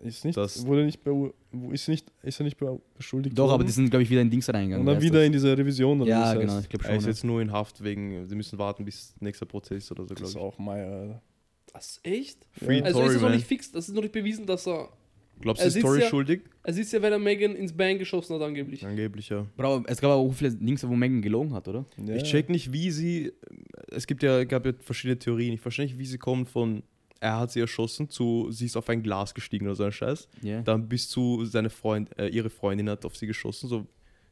Ist nicht,
Das-
wurde nicht beu- wo- ist nicht, ist er nicht beu- beschuldigt
Doch,
worden?
aber die sind, glaube ich, wieder in Dings reingegangen.
Und dann
wer ist
wieder
das?
in diese Revision oder
Ja,
wie das
genau, ich
heißt.
glaube
Er
schon.
ist
ja.
jetzt nur in Haft wegen, sie müssen warten bis nächster Prozess oder so,
Das ist
glaube
auch Meier, Alter.
Das ist echt?
ich. Free
Ja.
Also
Tory,
ist das noch
man.
nicht fix, das ist noch nicht bewiesen, dass er.
Glaubst
Er
du, ist
sitzt
Tory
ja-
schuldig?
Es ist ja, weil er Megan ins Bein geschossen hat, angeblich.
Angeblich, ja.
Bro, es gab aber auch viele Dings, wo Megan gelogen hat, oder?
Ja.
Ich check nicht, wie sie. Es gibt ja, gab ja verschiedene Theorien. Ich verstehe nicht, wie sie kommen von. Er hat sie erschossen zu, sie ist auf ein Glas gestiegen oder so ein Scheiß.
Ja.
Dann bis zu seine Freund, äh, ihre Freundin hat auf sie geschossen. So,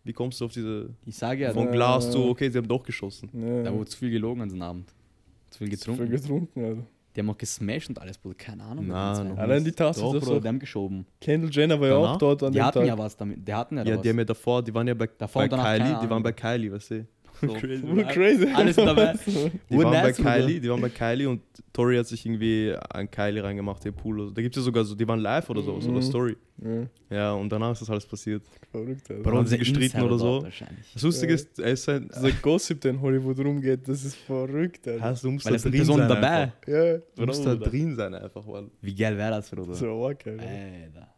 wie kommst du auf diese
Ich sage ja,
von
Ja.
Glas zu, okay, sie haben doch geschossen.
Ja.
da wurde zu viel gelogen an diesem Abend. Zu viel
Voll
getrunken.
getrunken, Alter.
die haben auch gesmashed und alles, Bruder. Keine Ahnung.
Na,
was das
na.
war.
Allein die Tatsache,
Doch,
dass
Bruder,
auch
die haben geschoben.
Kendall Jenner war ja
Danach?
auch dort an
Die
dem
hatten
Tag.
ja was damit. Die hatten ja, da
Ja,
was.
die haben ja davor, die waren ja bei,
Davor
bei
und danach, keine
Kylie, die
Ahnung.
waren bei Kylie, weißt du?
so.
Voll crazy.
Alles dabei.
Die
Wurden
waren, bei
nice, Bruder.
Kylie, die waren bei Kylie und Tori hat sich irgendwie an Kylie reingemacht, den Pool. oder so. Da gibt es ja sogar so, die waren live oder so, so
Mhm.
eine Story.
Ja,
Ja, und danach ist das alles passiert.
verrückt, Alter.
Bro,
Haben sie
unser
gestritten
Insider
oder so?
dort Wahrscheinlich.
Das Lustige
Ja.
ist, er ist halt ein.
Dieser Gossip, der in Hollywood rumgeht, das ist verrückt, Alter.
Hast du musst
Weil
da
es sind
drin
Personen
sein.
dabei.
Einfach.
Ja,
Du musst halt da
Bruder.
drin sein, einfach, Mann.
Wie geil wäre das, Bruder?
Das ist ja arg,
Äh.
Alter.
Alter.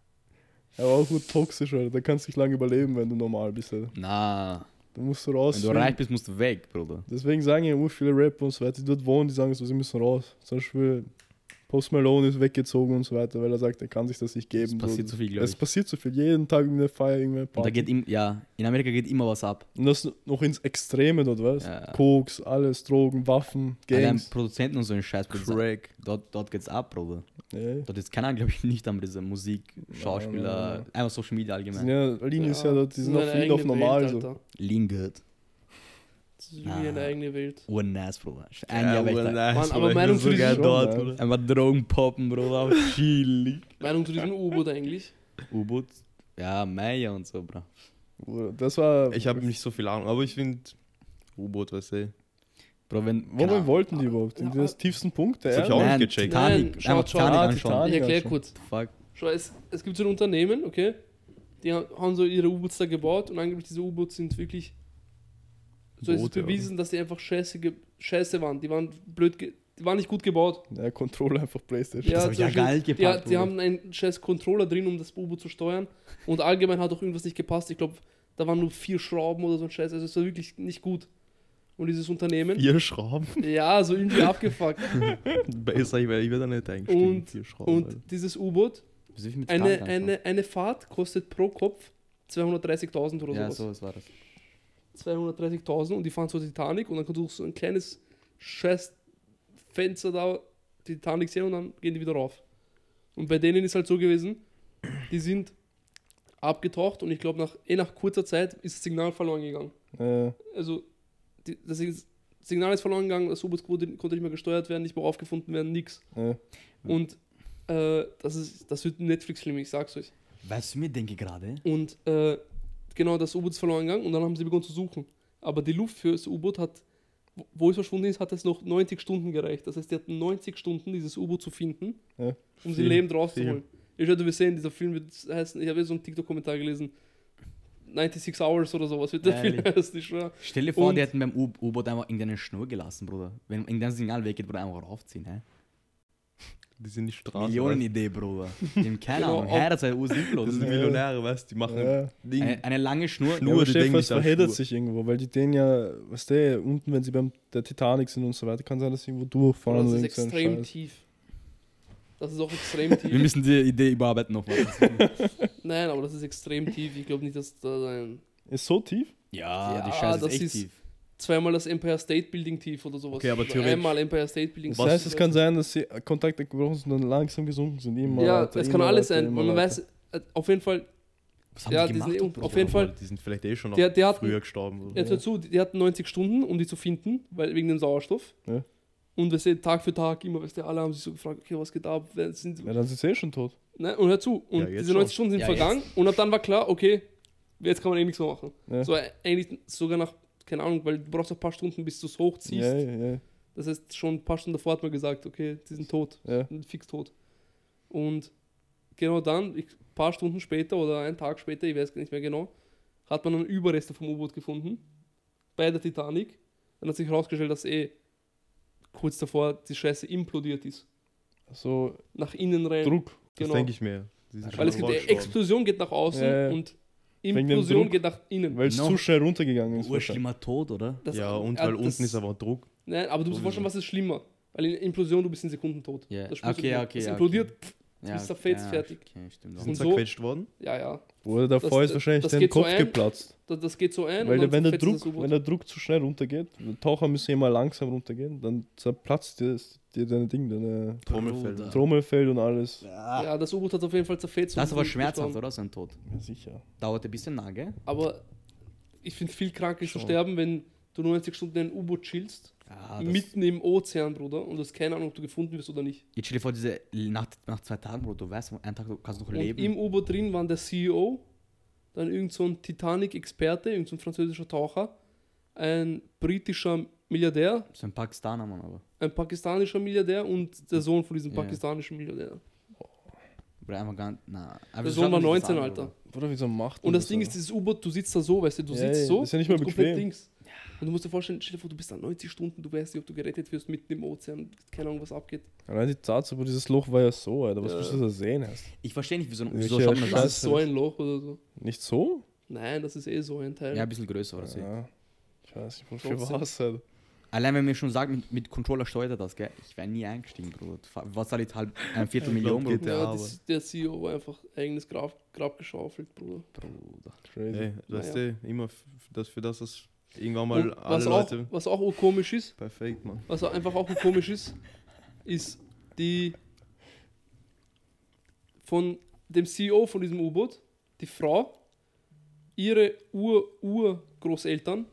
Aber auch gut toxisch, Alter. Da kannst du nicht lange überleben, wenn du normal bist, Alter.
Na,
Da musst du
wenn
raus.
du reich bist, musst du weg, Bruder.
Deswegen sagen ja ur viele Rapper und so weiter, die dort wohnen, die sagen so, sie müssen raus. Zum Beispiel Post Malone ist weggezogen und so weiter, weil er sagt, er kann sich das nicht
Es
geben.
passiert
so.
zu viel, glaube
Es
ich.
passiert zu viel. Jeden Tag in der Feier irgendwer
Und da geht im, ja, in Amerika geht immer was ab.
Und das noch ins Extreme dort, weißt du?
Ja.
Koks, alles, Drogen, Waffen,
Allein
Gangs.
Produzenten und so ein Scheiß. Bruder.
Crack.
Dort, dort geht's ab, Bruder.
Ja.
Dort ist keiner, glaube ich, nicht an dieser Musik, Schauspieler,
nein,
einfach Social Media
Die
allgemein.
sind ja, Linie ist ja dort, die sind
eine
auf, viel auf
eigene
normal
Welt,
so.
Alter.
Lingert.
Das ist wie eine
Ah.
eigene Welt.
Urnice, Bruder. Ein Jahr weg. da.
Mann,
Mann,
aber Meinung zu
so geil
diesem-
oh, dort,
Ja.
Bruder.
Einfach Drogen poppen, Bruder. auf Chili.
Meinung zu diesem U-Boot eigentlich?
U-Boot. Ja, Meier und so, Bro.
Bruder, Das war.
Ich habe nicht so viel Ahnung, aber ich finde. U-Boot, weißt du.
Bro, wenn.
Worin
keine Ahnung.
wollten die überhaupt? In
Ja,
den tiefsten Punkt der
Das hab ich
Erde?
auch nicht
Nein,
gecheckt.
Titanic.
Nein,
Einfach
schaut, schaut.
Titanic
Ah,
anschauen.
Titanic.
Ich
Egal,
erkläre
schon.
kurz.
Fuck.
Schau, es, es gibt so ein Unternehmen, okay? Die ha- haben so ihre U-Boots da gebaut und angeblich diese U-Boots sind wirklich. So ist es
Boote, oder?
bewiesen, dass die einfach scheiße, ge- scheiße waren. Die waren blöd, ge die waren nicht gut gebaut.
Der Controller einfach Playstation.
hab ich ja
zum Beispiel,
geil gepackt,
Ja, die
Bruder.
haben einen scheiß Controller drin, um das U-Boot zu steuern. Und allgemein hat auch irgendwas nicht gepasst. Ich glaube, Da waren nur vier Schrauben oder so ein Scheiß. Also es war wirklich nicht gut. Und dieses Unternehmen,
Vier Schrauben.
ja, so irgendwie abgefuckt.
Besser, ich wäre ich wär da nicht eingestiegen.
Und-
vier
Oh
Schrauben. Alter.
Und dieses U-Boot,
Wieso ich mit
eine,
Tank anfangen?
eine, eine Fahrt kostet pro Kopf 230.000 oder
Ja,
sowas.
so, es war das.
230.000 und die fahren zur Titanic und dann kannst du durch so ein kleines scheiß Fenster da die Titanic sehen und dann gehen die wieder rauf. Und bei denen ist halt so gewesen, die sind abgetaucht und ich glaube, nach, eh nach kurzer Zeit ist das Signal verloren gegangen.
Äh,
Also die, das Sig- Signal ist verloren gegangen, das U-Boot konnte konnte nicht mehr gesteuert werden, nicht mehr aufgefunden werden, nix.
äh.
Und äh, das, ist, das wird ein Netflix-Film, ich sag's euch.
Weißt du, mir denke gerade?
Und äh, genau, das U-Boot ist verloren gegangen und dann haben sie begonnen zu suchen. Aber die Luft für das U-Boot hat, wo- wo es verschwunden ist, hat es noch 90 Stunden gereicht. Das heißt, die hatten 90 Stunden, dieses U-Boot zu finden,
Ja.
um sie
Viel,
lebend rauszuholen.
viel.
Ich werde wir sehen, dieser Film wird heißen, ich habe jetzt so einen TikTok-Kommentar gelesen, 96 Hours oder sowas wird der
Ehrlich?
Film heißen, ich schwör.
Stell dir vor,
Und-
die hätten beim U- U-Boot einfach irgendeine Schnur gelassen, Bruder. Wenn irgendein Signal weggeht, Bruder, einfach raufziehen, hä?
Die sind die Straße. weißt
Millionenidee, Bruder. Die haben keine
Genau,
Ahnung.
ob-
Hä, das ist halt
du?
ursinnlos.
Das sind
Ja.
Millionäre, weißt du? Die machen
Ja.
Ding.
Äh,
Eine, eine lange Schnur.
Schnur.
Nur ja,
die
die
denken
denken, es
sich an
verheddert
Schnur.
sich irgendwo, weil die den ja, weißt du, unten, wenn sie beim der Titanic sind und so weiter, kann sein, dass sie irgendwo durchfahren
Das
oder
ist
irgend so ein
extrem
Scheiß.
tief. Das ist auch extrem
Wir
tief.
müssen die Idee überarbeiten nochmal.
Nein, aber das ist extrem tief. Ich glaube nicht, dass da ein
Ist so tief?
Ja, die
Ja,
Scheiße
das
ist echt
ist-
tief.
zweimal das Empire State Building tief oder sowas.
Okay, aber
Oder
theoretisch-
Einmal Empire State Building
Das
Was-
heißt, es kann sein, dass sie Kontakte gebrochen sind und dann langsam gesunken sind. Immer
Ja,
weiter,
es
immer
kann alles
weiter,
sein.
immer
weil man
weiter.
weiß, äh, auf jeden Fall,
Was haben
Ja,
die
die sind
gemacht?
eh-
Bruder?
auf jeden Fall-
Die sind vielleicht eh schon noch
der, der hat,
früher gestorben.
jetzt hör zu, die die hatten 90 Stunden, um die zu finden, weil wegen dem Sauerstoff.
Ja.
Und wir sehen Tag für Tag immer, weißt du, alle haben sich so gefragt, okay, was geht ab? Wer sind,
Ja, dann sind sie eh schon tot.
ne? Und hör zu, und
Ja, jetzt
diese 90
schon.
Stunden sind
Ja,
vergangen und ab dann war klar, okay, jetzt kann man eh nichts mehr machen.
Ja.
So äh, eigentlich sogar nach, keine Ahnung, weil du brauchst noch ein paar Stunden, bis du es hochziehst.
Ja, ja, ja.
Das heißt, schon ein paar Stunden davor hat man gesagt, okay, die sind tot.
ja.
Und fix tot. Und genau dann, ich, ein paar Stunden später oder einen Tag später, ich weiß nicht mehr genau, hat man dann Überreste vom U-Boot gefunden. Bei der Titanic. Dann hat sich herausgestellt, dass eh kurz davor die Scheiße implodiert ist.
So
Nach innen rein.
Druck.
Das
genau.
denke ich mir. Die sind
Weil es
schon
gibt
noch
eh-
gestorben.
Explosion geht nach außen
Ja, ja.
und
dem
Implosion
Druck.
geht nach innen.
Weil es
Noch-
zu schnell runtergegangen ist. wahrscheinlich.
Urschlimmer Tod, oder?
Das-
Ja, und
äh,
weil
das-
unten ist aber Druck.
Nein, aber du musst dir vorstellen, was ist schlimmer. Weil in Implosion, du bist in Sekunden tot.
Ja.
Das spürst du
Okay,
nicht.
okay,
Es
ja,
implodiert.
Ja,
Mr. Fates fertig.
Okay, stimmt
Die
auch.
sind
so-
zerquetscht worden.
Ja, ja.
Oder davor
Das-
ist wahrscheinlich
das
dein
geht so
Kopf
ein,
geplatzt.
Das, das geht so ein.
Weil
und dann
der, wenn, der
zerfetzt das
Druck,
U-Boot.
wenn der Druck zu schnell runtergeht, Taucher müssen ja immer langsam runtergehen, dann zerplatzt dir, das- dir deine Ding, deine
Trommelfell.
Bruder.
Trommel fällt und alles.
Ja, das U-Boot hat auf jeden Fall zerfetzt.
Das ist
und
aber
ist
schmerzhaft,
gestorben.
oder? So ein Tod.
Ja, sicher.
Dauert ein bisschen nah, gell?
Aber ich finde viel kranker ist zu
Schon.
sterben, wenn du 90 Stunden in ein U-Boot chillst,
Ah,
Ja, Ah, das-
mitten im Ozean, Bruder, und du hast keine Ahnung, ob du gefunden wirst oder nicht.
Jetzt stell dir vor, diese nach, nach zwei Tagen, Bro, du weißt, einen Tag kannst du noch
Und
leben.
im U-Boot drin waren der CEO, dann irgend so ein Titanic-Experte, irgend so ein französischer Taucher, ein britischer Milliardär,
so ein Pakistaner, Mann, aber.
ein pakistanischer Milliardär und der Sohn von diesem
Ja.
pakistanischen Milliardär.
Bruder, einfach gar Na, aber
Der
das
Sohn
schaut
war
sich das
19,
an,
Alter.
Bruder.
Bruder, wieso macht
Und
man
das Ding ist,
aber?
dieses U-Boot, du sitzt da so, weißt du, du
Ja,
sitzt
ja,
so.
ist ja nicht mal
und komplett
bequem.
Dings. Und du musst dir vorstellen, stell dir vor, du bist da 90 Stunden, du weißt nicht, ob du gerettet wirst mitten im Ozean, keine Ahnung, was abgeht.
Allein die Tatsache, wo dieses Loch war ja so, Alter. Was
Ja.
willst du da sehen? Erst?
Ich verstehe nicht, wieso,
Ich
wieso
ja,
schaut man
Das
das
scheiß-
ist so ein Loch oder so.
Nicht so?
Nein, das ist eh so ein
an?
Teil.
Ja, ein bisschen größer oder so.
Ja. Ich weiß nicht, wofür
Trotzdem.
was, Alter.
Allein wenn mir schon sagt, mit, mit Controller steuert er das, gell? Ich wäre nie eingestiegen, Bruder. Was soll jetzt halb ein Viertel Million, Bruder?
glaub, geht
ja,
aber.
das, der CEO war einfach eigenes Grab, Grab geschaufelt, Bruder.
Bruder.
Crazy.
Ey, das ist eh immer f- das für das, dass irgendwann mal
Und
alle
was, auch,
Leute.
was auch urkomisch ist,
Perfekt, Mann.
was auch einfach auch komisch ist, ist die von dem CEO von diesem U-Boot, die Frau, ihre Ur-Urgroßeltern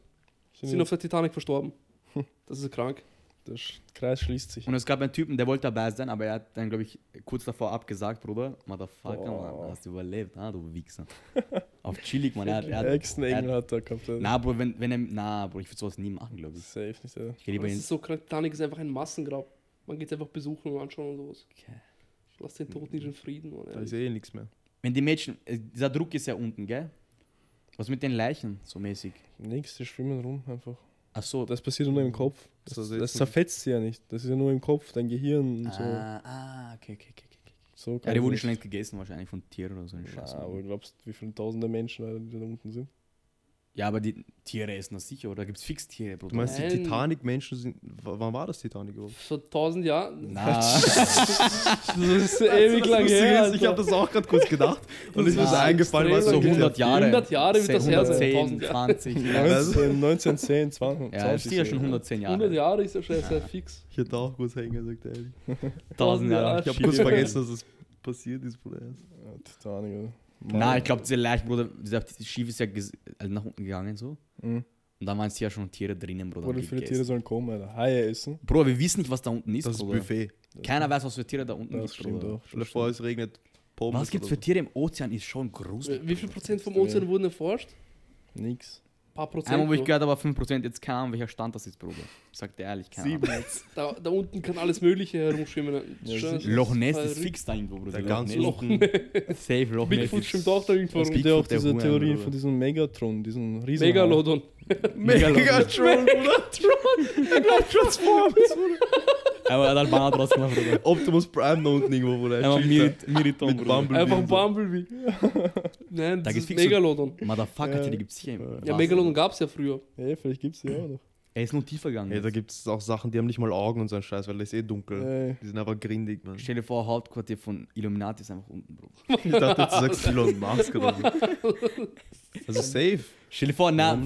Sind
sind auf
jetzt,
der Titanic verstorben.
Hm.
Das ist krank.
der Sch- Kreis schließt sich.
Und es gab einen Typen, der wollte dabei sein, aber er hat dann, glaube ich, kurz davor abgesagt, Bruder. Motherfucker,
Boah.
Mann, hast du überlebt, ah, du Wichser. auf chillig, Mann. Er, hat- er, hat-
Ärgsten
er,
Engel
hat-
hat er gehabt. Alter.
Na, Bruder, wenn, wenn er. Na, Bruder, ich würde sowas nie machen, glaube ich.
Safe nicht, Alter.
Ich geh lieber
Das
in.
ist so krank. Titanic ist einfach ein Massengrab. Man geht es einfach besuchen und anschauen und sowas.
Okay.
Lass den Tod nicht in Frieden. Mann,
Da
ehrlich.
ist eh nichts mehr.
Wenn die Mädchen. äh, Dieser Druck ist ja unten, gell? Was mit den Leichen, so mäßig?
Nix, die schwimmen rum einfach.
Ach so.
Das passiert nur im Kopf. Das,
Das
das,
ersetzt-
zerfetzt sie ja nicht. Das ist ja nur im Kopf, dein Gehirn und
ah, ah, okay, okay, okay. okay.
so. so
Ja, die wurden schon längst gegessen, wahrscheinlich von Tieren oder so. ein Scheiß. ne?
Ah, aber glaubst du, wie viele tausende Menschen Alter, die da unten sind?
Ja, aber die Tiere essen das sicher, oder? Gibt es fix Tiere,
Du
Bruder?
meinst, die
Nein.
Titanic-Menschen sind. W- Wann war das Titanic überhaupt?
Vor tausend Jahren.
Na,
Das ist ewig lang her.
Ich habe
Alter.
das auch gerade kurz gedacht. und ist mir so
war
eingefallen, weil es so
so
extrem lang her.
100 Jahre.
100 Jahre wird das her
110,
sein, 1000 Jahre.
20. ja,
das-
19, 1910, 20.
ja, das ist ja schon 110
100
Jahre.
Jahre ist der Scheiß halt fix.
Ich hätte auch kurz hängen gesagt, ehrlich.
1000 Jahre.
Ich habe
Shit.
kurz vergessen, dass das passiert ist, Bruder.
Ja, Titanic, oder?
Nein, ich glaube, dieser Leichenbruder, dieser Schiff ist ja ges- also nach unten gegangen so.
Mhm.
Und da waren es ja schon Tiere drinnen, Bruder.
Bruder,
und
viele
gegessen.
Tiere sollen kommen, Alter. Haie essen.
Bruder, wir wissen nicht, was da unten ist,
Das ist
Bruder.
Buffet.
Keiner weiß, was für Tiere da unten
Das
gibt,
stimmt
Bruder.
auch.
Stell dir vor, es regnet Pommes.
Was gibt's
oder
für Tiere im Ozean ist schon
Wie
gruselig.
wie viel Prozent vom Ozean wurden erforscht?
Nix.
Ein paar Prozent.
Einmal, wo ich
noch.
gehört habe, aber 5%, jetzt keine Ahnung, welcher Stand das ist, Bruder. Ich Sag dir ehrlich, keine Ahnung.
Da, da unten kann alles Mögliche herumschwimmen.
Ja,
Scheiße.
sicher.
Loch Ness ist
Verrückt.
fix da irgendwo, Bruder.
Der ganz
Ness.
Loch
unten.
Safe Loch Ness.
Bigfoot
ist-
schwimmt auch da irgendwo
Das
rum.
Big-
Gibt ja auch
Bigfoot, der
diese
Huren,
Theorie
Bruder.
von diesem Megatron, diesen Riesen.
Megalodon.
Megatron, Bruder.
Aber er hat Albaner draus gemacht, Bruder.
Optimus Prime da unten irgendwo, Bruder. Er
Einfach
chillt
Mirit- Miriton,
Mit
Bruder.
Bumblebee.
Einfach
und
ein
so.
Bumblebee. Nein,
Da
das
gibt's
ist
fix so-
Megalodon.
Motherfucker,
Ja.
die gibt's hier. im
Ja,
Wasser.
Megalodon gab es ja früher.
Ja, vielleicht gibt's die auch noch.
Er ist nur tiefer gegangen.
Ey, da
jetzt.
gibt es auch Sachen, die haben nicht mal Augen und so ein Scheiß, weil das ist eh dunkel.
Ey.
Die sind einfach grindig, man.
Stell dir vor, Hauptquartier von Illuminati ist einfach unten, Bruder.
Ich dachte, jetzt sagst du Elon Musk oder so. Also safe.
Stell dir vor, na,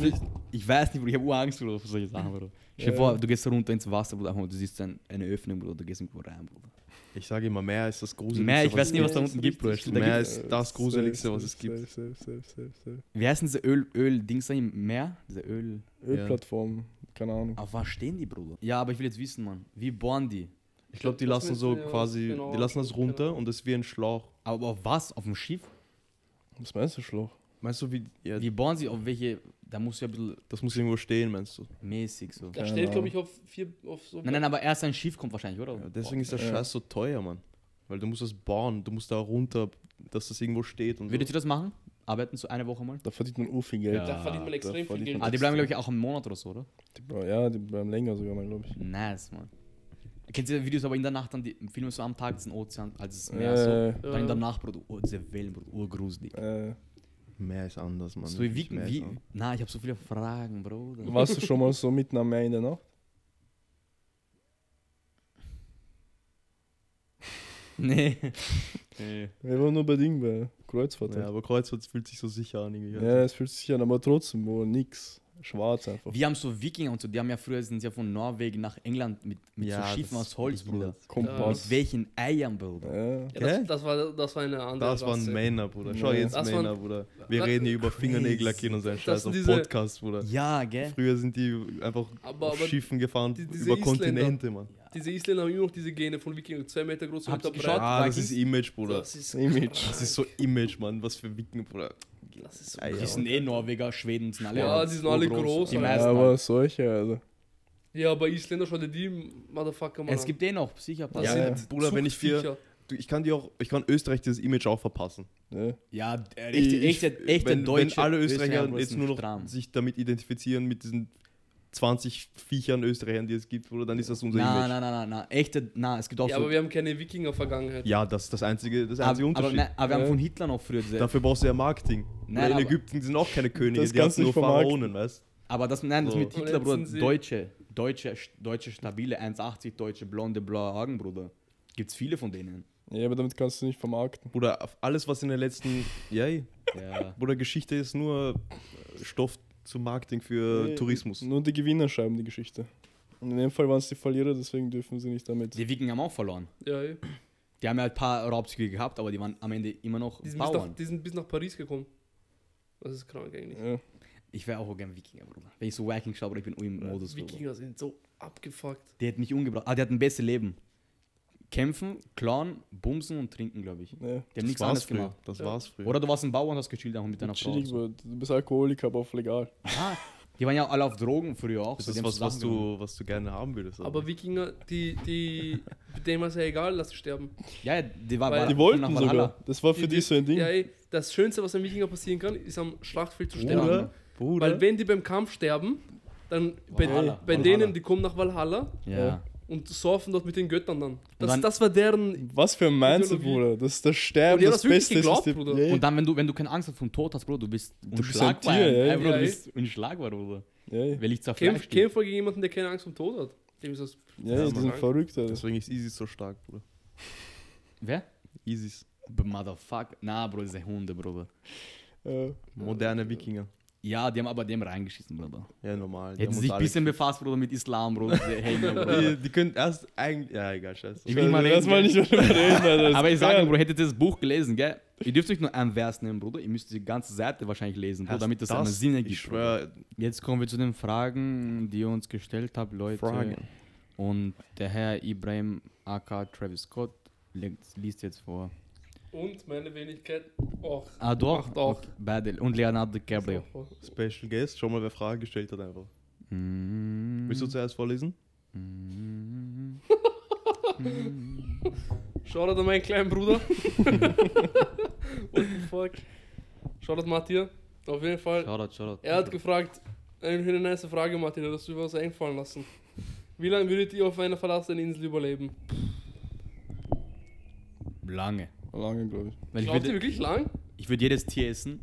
ich weiß nicht, Bruder, ich habe Angst vor solche Sachen, Bruder. Stell dir vor, du gehst runter ins Wasser, Bruder, einfach, du siehst dann eine Öffnung, Bruder, du gehst irgendwo rein, Bruder.
Ich sage immer, mehr ist das Gruseligste.
Mehr, ich weiß
es
nicht, was
gibt.
da unten gibt, Bruder. Da
Mehr
gibt,
ist das Gruseligste, was es gibt.
Safe, safe, safe, safe,
wie heißen diese Öl, Öl-Dings da im Meer? Diese Öl.
safe. Ölplattform, keine Ahnung.
Auf was stehen die, Bruder? Ja, aber ich will jetzt wissen, Mann. Wie bohren die?
Ich glaube, die
Das
lassen
mit-
so
ja,
quasi,
genau,
die lassen das runter und das ist wie ein Schlauch.
Aber auf was? Auf dem Schiff?
Was meinst du, Schlauch?
Meinst du, wie, ja,
Wie bohren sie auf welche? Da muss ja ein bisschen
das muss irgendwo stehen, meinst du?
mäßig so.
Da
Keine
steht,
Ahnung.
glaube ich, auf vier. Auf so
Nein, nein, aber erst ein Schiff kommt wahrscheinlich, oder?
Ja, deswegen ist der
Ja.
Scheiß so teuer, Mann. Weil du musst das bauen, du musst da runter, dass das irgendwo steht. Und
Würdet
so.
ihr das machen? Arbeiten so eine Woche mal?
Da verdient man ur viel Geld.
Ja.
Da verdient man
da
extrem viel
verdient
Geld.
Ah, die bleiben, glaube ich, auch einen Monat oder so, oder?
Die, bra- ja, die bleiben länger sogar mal, glaube ich.
Nice, Mann. Kennt ihr Videos, aber in der Nacht dann die filmen so am Tag diesen Ozean, als es Meer
Äh,
so. Dann in
Ja.
der Nacht, Bruder, oh, diese Wellen, Bruder, urgruselig.
Äh,
Mehr ist anders, Mann.
so wie,
Wirklich,
wie,
mehr ist
wie
anders.
na, ich habe so viele Fragen, Bruder.
warst du schon mal so mitten am Meer in der Nacht?
Nee. nee.
Wir waren nur bei Ding, bei Kreuzfahrt.
Ja,
Ja,
aber Kreuzfahrt fühlt sich so sicher an. Irgendwie.
ja es fühlt sich an, aber trotzdem, wo nix. Schwarz einfach.
Wir haben so Wikinger und so, die haben ja früher sind sie ja von Norwegen nach England mit, mit
Ja,
so Schiffen
das-
aus Holz, Bruder.
Kompass.
Mit welchen Eiern, Bruder?
Ja.
Ja, das,
Gell?
das, war, das war eine andere
Das waren
Rasse.
Männer, Bruder. Schau
Ja.
jetzt
Das waren-
Männer, Bruder. Wir
Da-
reden hier über Fingernägel lackieren und so einen Scheiß
sind
auf
diese-
Podcast, Bruder.
Ja, gell?
Früher sind die einfach
Aber-
auf
aber
Schiffen gefahren,
die- diese
über
Isländer.
Kontinente, Mann.
Diese Isländer haben immer noch diese Gene von Wikinger, zwei Meter groß und
Hab's
Meter
geschaut?
breit.
Ah, das
Vikings?
ist Image, Bruder.
Das ist,
Image.
Das ist so Image, Mann. Was für Wicken, Bruder.
das ist so
Eier.
Die
krass.
sind eh Norweger, Schweden, sind alle.
Ja, die sind alle
urgroß.
groß,
Die
Alter.
meisten. halt.
Ja,
Alter.
aber solche, also.
Ja, aber Isländer, schau dir die Motherfucker mal
es
an.
gibt eh noch, sicher.
Das
Ja,
sind-
ja.
Bruder, wenn ich dir.
Zuchtviecher.
Du, ich kann dir auch, ich kann Österreich dieses Image auch verpassen.
Ja.
ja der echte,
Ich-
echte, echte
wenn,
Deutsche.
Wenn alle Österreicher
Österreicher
jetzt nur noch
stramm.
sich damit identifizieren, mit diesen 20 Viechern Österreichern, die es gibt, Bruder, dann ist das unser
Na,
Image.
na, na, na, na, echte, na, es gibt auch
Ja,
so.
aber wir haben keine Wikinger-Vergangenheit.
Ja, das ist das einzige, das
aber,
einzige
aber,
Unterschied.
nein, aber wir haben
Ja.
von Hitler noch früher diese.
Dafür brauchst du ja Marketing.
Nein,
Nein, in
aber-
Ägypten sind auch keine Könige,
Das
die
kannst
hatten
du
nur
nicht vermarkten.
Pharaonen, weißt du?
aber das, nein, das
So.
mit
Und
Hitler,
jetzt
Bruder,
sind sie-
deutsche, deutsche, deutsche, stabile 1,80, deutsche, blonde, blaue Augen, Bruder. Gibt's viele von denen.
ja, aber damit kannst du nicht vermarkten.
Bruder, auf alles, was in den letzten. Yay.
Ja.
Bruder, Geschichte ist nur äh, Stoff zum Marketing für
Nee,
Tourismus.
Nur die Gewinner schreiben die Geschichte. Und in dem Fall waren es die Verlierer, deswegen dürfen sie nicht damit.
Die Wikinger haben auch verloren.
Ja, ey.
Die haben ja ein paar Raubzüge gehabt, aber die waren am Ende immer noch
die, sind bis nach,
Bauern.
die sind bis nach Paris gekommen. Das ist krank eigentlich.
Ja.
Ich wäre auch gerne Wikinger, Bruder. Wenn ich so Viking schaue, Bruder, ich bin im Modus. Bruder.
Wikinger sind so abgefuckt.
Der hat mich umgebracht. Ah, der hat ein besseres Leben. Kämpfen, klauen, bumsen und trinken, glaube ich.
Ja.
Der hat nichts
war's
anderes
früher.
gemacht.
Das war's früher.
Oder du warst ein Bauer und hast gechillt auch mit deiner Frau. und
Chillig,
So.
Bro. du bist Alkoholiker, aber auf legal.
Ah, die waren ja alle auf Drogen früher auch.
das
so, die
ist
haben
was,
so Sachen
was
gemacht.
du, was du gerne haben würdest.
Aber Wikinger, die, die, dem war es ja egal, lass sie sterben.
Ja, ja, die, war,
Weil-
war,
Die
nach
wollten
Valhalla.
sogar. Das war für die, so ein Ding.
Ja, ey, das Schönste, was einem Wikinger passieren kann, ist am Schlachtfeld zu sterben.
Bruder, Bruder.
Weil wenn die beim Kampf sterben, dann bei,
Valhalla.
bei
Valhalla.
denen, die kommen nach Valhalla,
Ja.
und saufen dort mit den Göttern dann. Das,
dann-
das war deren.
Was für ein Mindset,
Ideologie.
Bruder. Das, das Sterben
Und die haben
das
das wirklich
Beste ist, was die,
geglaubt, Bruder.
Ja,
Und dann, wenn du, wenn du keine Angst hast vom Tod hast, Bro, du bist
bist ein
unschlagbar.
Tier, ey.
Ey, Bro,
Ja,
du
ey.
bist unschlagbar, Bruder.
ja, ja,
Weil ich
Kämpf,
zerfleischt bin.
kämpf gegen jemanden, der keine Angst vor dem Tod hat. Dem ist das.
ja,
Ja,
die sind
Mann.
verrückt, Alter.
Deswegen ist Isis so stark, Bruder.
Wer?
Isis.
B- Motherfuck. Na, Bro, diese Hunde, Bruder.
Äh,
Moderne Wikinger.
Ja, die haben aber dem reingeschissen, Bruder.
Ja, normal. die
Hätten
haben
sie sich
uns
ein
alle
bisschen befasst, Bruder, mit Islam, Bro. diese Hänger, Bruder.
Die, die können erst eigentlich. Ja, egal, scheiße. Also
Ich will nicht mal
lass
reden.
mal
gell.
nicht mehr drüber reden, Alter.
Aber ich sage,
Kerl.
Bro, hättet ihr das Buch gelesen, gell? Ihr dürft nicht nur einen Vers nehmen, Bruder. Ihr müsst die ganze Seite wahrscheinlich lesen, Bro,
Erst
damit das, einen Sinn ergibt.
Ich
Bruder.
schwöre,
Jetzt kommen wir zu den Fragen, die ihr uns gestellt habt, Leute.
Fragen.
Und der Herr Ibrahim aka Travis Scott legt- liest jetzt vor.
Und meine Wenigkeit auch.
Ah, doch.
Macht auch.
Okay, beide. Und Leonardo DiCaprio.
Special Guest, schau mal, wer Fragen gestellt hat einfach.
Mm.
Willst du zuerst vorlesen?
Mm.
Schaut an meinen kleinen Bruder. What the fuck? Schaut an Matthias. Auf jeden Fall.
Shoutout, shoutout.
Er hat gefragt, eigentlich eine nice Frage, Martin, da hast du dir was einfallen lassen. Wie lange würdet ihr auf einer verlassenen Insel überleben?
Hm. Lange.
Lange, glaube ich.
Weil ich
Glaubt ihr
würde
wirklich lang?
ich würd jedes Tier essen,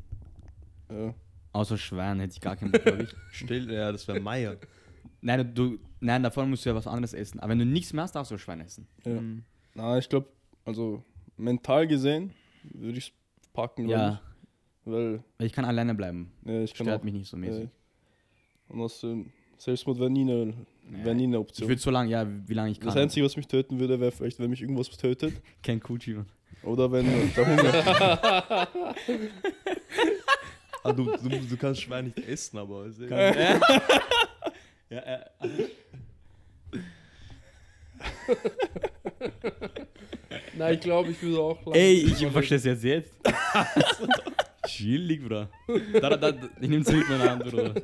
Ja.
außer Schwein hätte ich gar keinen Bock, glaube ich.
Stell, ja, das wäre Meier.
Nein, du, nein, davon musst du ja was anderes essen. Aber wenn du nichts mehr hast, darfst du Schwein essen.
ja. Na, ich glaube, also mental gesehen würde ich es packen, glaub
Ja,
ich. Weil
weil ich kann alleine bleiben.
ja, ich kann
Stört
auch,
mich nicht so
äh,
mäßig.
Und außerdem, Selbstmord wäre nie eine wär nie eine
Ich
Option.
würde so lange, ja, wie lange ich kann.
das Einzige, was mich töten würde, wäre vielleicht, wenn mich irgendwas tötet.
Kein Kutschi, Mann.
Oder wenn der Hunger.
Ah, du, du, du kannst Schwein nicht essen, aber. ist egal.
ja, ja. äh,
Nein, ich glaube, ich würde auch lang.
Ey, ich verstehe es jetzt jetzt. Chillig, Bro. Da, da, da, ich nehme zurück meine Hand, Bruder.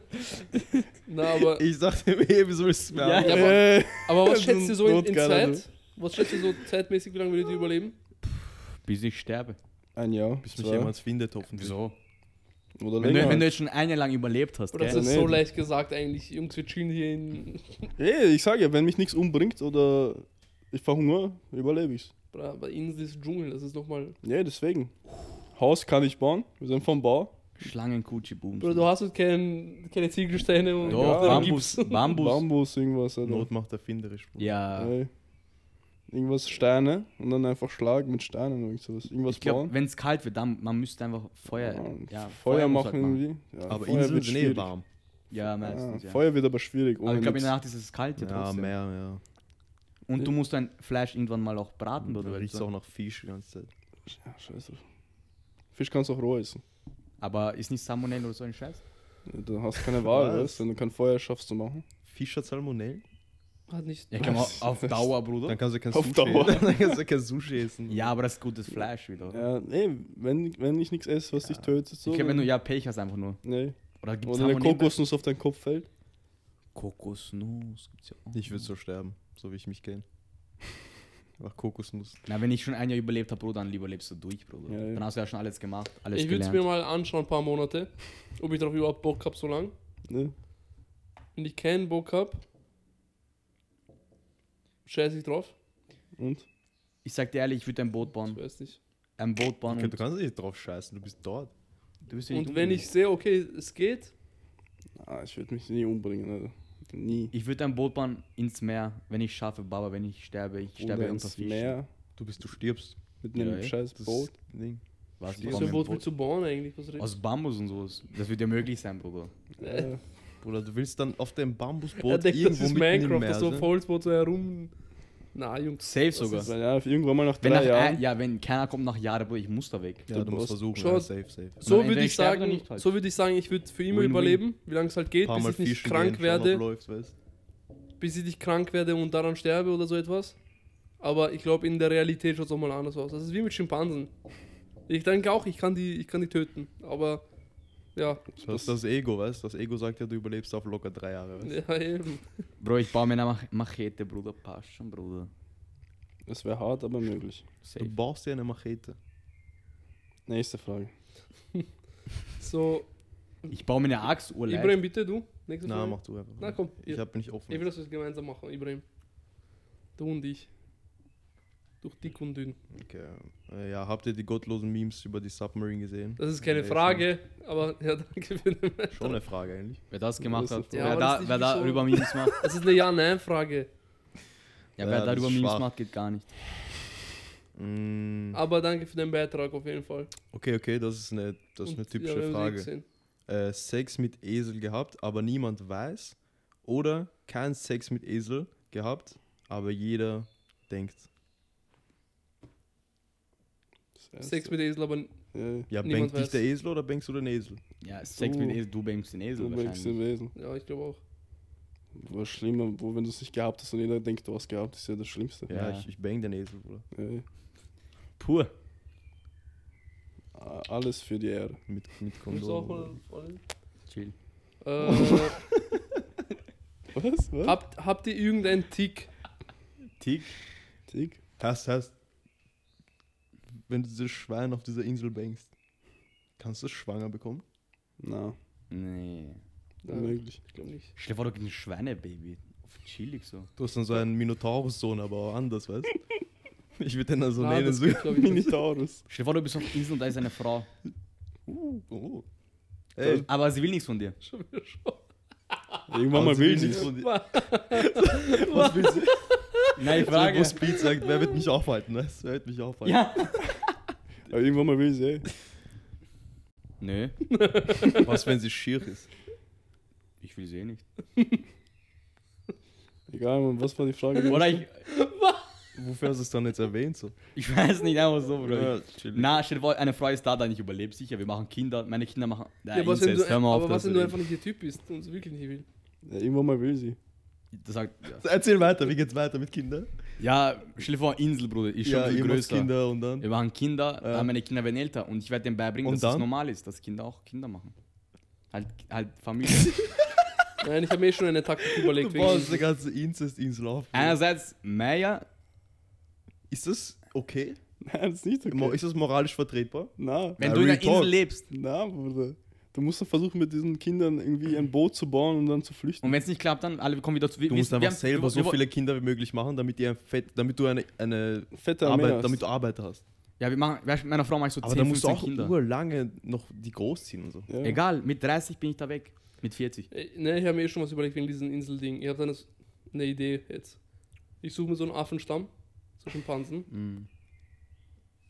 Na, aber,
Ich sagte mir, ey, wieso ist es mir
Ja, also.
an?
ja, aber,
Äh,
aber was
so
schätzt ihr so in, in
Notgarant.
Zeit? Was schätzt ihr so zeitmäßig, wie lange würdet ihr überleben?
Bis ich sterbe.
ein Jahr.
Bis mich
zwei.
jemand findet, hoffentlich.
Oder
Wenn du,
länger.
wenn du jetzt schon ein Jahr lang überlebt hast,
Oder ist
gell?
das so
Nee.
leicht gesagt eigentlich? Jungs, wir chillen hier in.
Ey, ich sage ja, wenn mich nichts umbringt oder ich verhungere, überlebe ich's.
Bra, Aber Insel ist Dschungel, das ist nochmal.
Ja, deswegen. Haus kann ich bauen. Wir sind vom Bau.
Schlangenkutschi, Boom.
Bro, du hast jetzt kein, keine Ziegelsteine und.
Doch,
Ja.
Bambus, Bambus.
Bambus, irgendwas. Alter.
Not macht erfinderisch. Bruder.
Ja.
Ey. Irgendwas Steine und dann einfach schlagen mit Steinen oder sowas. Irgendwas
Ich glaube,
bauen.
wenn es kalt wird, dann man müsste einfach Feuer,
Ja,
ja,
Feuer,
muss
machen
halt
irgendwie. Ja,
Aber
Feuer
Inseln
wird
sind eh
schwierig.
warm.
Ja,
Ja,
meistens. Ja,
Feuer wird aber schwierig.
aber ich glaube, in
nix.
der Nacht ist es kalt ja,
Ja,
trotzdem.
mehr, ja.
Und du musst dein Fleisch irgendwann mal auch braten,
Du
oder?
riechst auch nach Fisch die ganze Zeit.
ja, scheiße. Fisch kannst du auch roh essen.
Aber ist nicht Salmonellen oder so ein Scheiß?
Dann hast du keine Wahl,
Was?
weißt du? Wenn du kein Feuer schaffst zu machen.
Fisch hat Salmonellen?
Hat nicht.
Ja, kann man auf Dauer, Bruder.
Dann kannst du kein
Auf
Sushi
Dauer.
essen. Dann kannst du kein Sushi essen.
Ja, aber das ist gutes Fleisch wieder.
Ja, nee, wenn, wenn ich nichts esse, was dich tötet, so.
ich glaube, wenn du ja Pech hast, einfach nur.
nee.
Oder gibt's
Oder eine
Salmonellen?
Kokosnuss auf deinen Kopf fällt.
Kokosnuss gibt's ja auch.
Ich würde so sterben, so wie ich mich kenne. Ach, Kokosnuss.
Na, wenn ich schon ein Jahr überlebt habe, Bruder, dann lieber lebst du durch, Bruder.
Ja, ja.
Dann hast du ja schon alles gemacht, alles
Ich würde es
gelernt.
mir mal anschauen, ein paar Monate, ob ich darauf überhaupt Bock habe, so lang.
Ne?
Wenn ich keinen Bock habe, scheiß ich drauf.
Und?
ich sag dir ehrlich, ich würde ein Boot
Ich
bauen.
weiß nicht.
Ein Boot bauen.
Okay,
und-
du kannst nicht drauf scheißen, du bist dort.
du bist ja nicht
Und wenn ich
unbedingt-
sehe, okay, es geht,
Ah, ich würde mich nie umbringen, Alter. Nie.
Ich würde ein Boot bauen ins Meer, wenn ich schaffe, Baba, wenn ich sterbe, ich sterbe
Oder
unter
ins
Fischen.
Meer
Du bist, du stirbst.
mit
Ja,
einem
ey.
scheiß
Das
Boot.
ist ein Ding.
Was
Stehst
was
braucht man
für ein
ein
Boot willst du bauen eigentlich? Was redest
Aus Bambus und sowas. Das wird ja möglich sein, Bruder.
Ja.
Oder du willst dann auf dem Bambusboot
du? Er denkt, das
irgendwo
ist
mitten im
Minecraft,
Meer
das so auf
also.
sein.
Holzboot so herum. Na, Jungs.
Safe
das
sogar.
ist-
Weil ja, irgendwann mal nach
Wenn
drei
nach äh,
Jahren.
ein, ja, wenn keiner kommt nach Jahren, Bruder, ich muss da weg.
Ja, du musst
Boss.
versuchen.
Schau.
Ja, safe, safe.
So
Nein,
würde
wenn
ich
ich sterbe,
sagen,
dann nicht halt.
so würde ich sagen, ich würde für immer
Win-win.
überleben, wie lange es halt geht, bis ich nicht
fischen
krank
gehen, schauen, ob
werde,
läuft, weißt.
bis ich nicht krank werde und daran sterbe oder so etwas. Aber ich glaube, in der Realität schaut es nochmal anders aus. Das ist wie mit Schimpansen. Ich denke auch, ich kann die, ich kann die töten. Aber ja,
Das ist das Ego, weißt Das Ego sagt ja, du überlebst auf locker drei Jahre, weißt
ja eben.
Bro, ich baue mir eine Mach Machete, Bruder. Passt schon, Bruder.
Es wäre hart, aber möglich.
Du
Safe.
baust dir eine Machete.
Nächste Frage.
So,
Ich baue mir eine Axt, oh, urleicht.
Ibrahim, bitte du. Nächste
Na,
Frage.
mach du einfach.
Na komm,
ich
ihr-
hab bin nicht
ich
offen.
will, dass wir es gemeinsam machen, Ibrahim. Du und ich. Durch dick und dünn.
Okay. Äh, ja, habt ihr die gottlosen Memes über die Submarine gesehen?
Das ist keine
Nee,
Frage, aber ja, danke für den
Schon eine Frage eigentlich.
Wer das gemacht
Das ist
hat,
so- Ja,
wer,
aber das
da,
ist
wer
nicht so-
darüber Memes macht,
Das ist eine Ja-Nein-Frage.
ja,
Ja,
wer
das
darüber
ist
Memes
schwach.
macht, geht gar nicht.
Mm,
Aber danke für den Beitrag auf jeden Fall.
okay, okay, das ist eine, das ist
Und-
eine
ja,
typische
wir haben sie
Frage.
gesehen.
Äh, Sex mit Esel gehabt, aber niemand weiß. Oder kein Sex mit Esel gehabt, aber jeder denkt.
Sex mit Esel, aber
Ja,
Ja,
Niemand
bängt dich
weiß.
der Esel oder bängst du den Esel?
Ja, Sex
So.
mit Esel, du bängst den Esel
du bist
wahrscheinlich.
gewesen.
ja, ich glaube auch.
Was schlimmer, wo wenn du es nicht gehabt hast und jeder denkt, du hast gehabt, ist ja das Schlimmste.
Ja,
Ja.
ich, ich bäng den Esel, Bruder.
Ey,
Pur.
a- alles für die Ehre.
Mit, mit
Gibt's auch
Kondom.
mal Olli?
Chill.
äh,
Was? Was?
habt, habt ihr irgendeinen Tick?
Tick.
Tick?
Das heißt, wenn du dieses Schwein auf dieser Insel bängst, kannst du es schwanger bekommen?
Na,
Nee.
unmöglich.
Ich glaube nicht.
Stell dir vor, du kriegst ein Schweinebaby. Auf chillig so.
Du hast dann so einen Minotaurus-Sohn, aber auch anders, weißt du? Ich würde den dann so
Ah,
nennen,
das
so
geht, glaub ich, nicht.
Minotaurus.
Stell dir vor, du bist auf der Insel und da ist eine Frau.
Uh, oh. Ey,
Aber sie will nichts von dir.
Schon wieder schon.
Irgendwann mal
sie
will
will
ich.
nichts von dir.
Was willst du? Nein, ich
So,
frage.
wo Speed sagt, wer wird mich aufhalten, weißt du? Wer wird mich aufhalten?
Ja.
Aber irgendwann mal will ich, ey.
Nö,
Was, wenn sie schier ist?
ich will sie eh nicht.
Egal, Mann, was war die Frage?
Oder ich,
Wofür hast du es dann jetzt erwähnt? So?
ich weiß nicht, einfach so, Bruder.
Ja, chillig.
Na, stell dir vor, eine Frau ist da, dann ich überlebe sicher. Wir machen Kinder, meine Kinder machen. Na,
Ja, was, wenn du,
Inzest, hör mal auf,
aber was,
das
wenn du
zu
einfach nicht der Typ bist und es wirklich nicht will?
Ja, irgendwann mal will sie.
reden. Das sagt, ja.
So, Erzähl weiter, wie geht's weiter mit Kindern?
ja, stell dir vor, Insel, Bruder, ist schon viel
ihr macht
größer.
Kinder und dann.
Wir machen Kinder,
Ja.
äh, meine Kinder werden älter und ich werde denen beibringen,
Und
dass es
dann?
normal ist, dass Kinder auch Kinder machen. Halt, halt Familie.
Nein, ich habe mir eh schon eine Taktik überlegt.
Du
Wegen
baust eine
diesem-
ganze Inzest-Insel auf.
Einerseits, Maya,
Ist das okay?
Nein, das ist nicht
Mo-
okay.
Ist das moralisch vertretbar?
Na,
wenn
Ja,
du in
real
der Insel
talk.
lebst
na, Bruder. Du musst doch versuchen, mit diesen Kindern irgendwie ein Boot zu bauen und dann zu flüchten.
und wenn es nicht klappt, dann alle kommen wieder zu.
Du musst einfach selber so
viele
viele Kinder wie möglich machen, damit, ihr ein Fett, damit du eine, eine
Fette Armee
Arbeit,
hast.
damit du Arbeit hast.
Ja, wir machen, weißt du, mit meiner Frau mache ich so
Aber
10,
dann musst du
15
auch
Kinder.
urlange noch die großziehen und so.
ja.
Egal, mit 30 bin ich da weg. Mit 40.
Äh, Nein, ich habe mir eh schon was überlegt wegen diesem Inselding. Ich habe dann eine Idee jetzt. Ich suche mir so einen Affenstamm, so Schimpansen.
Mhm.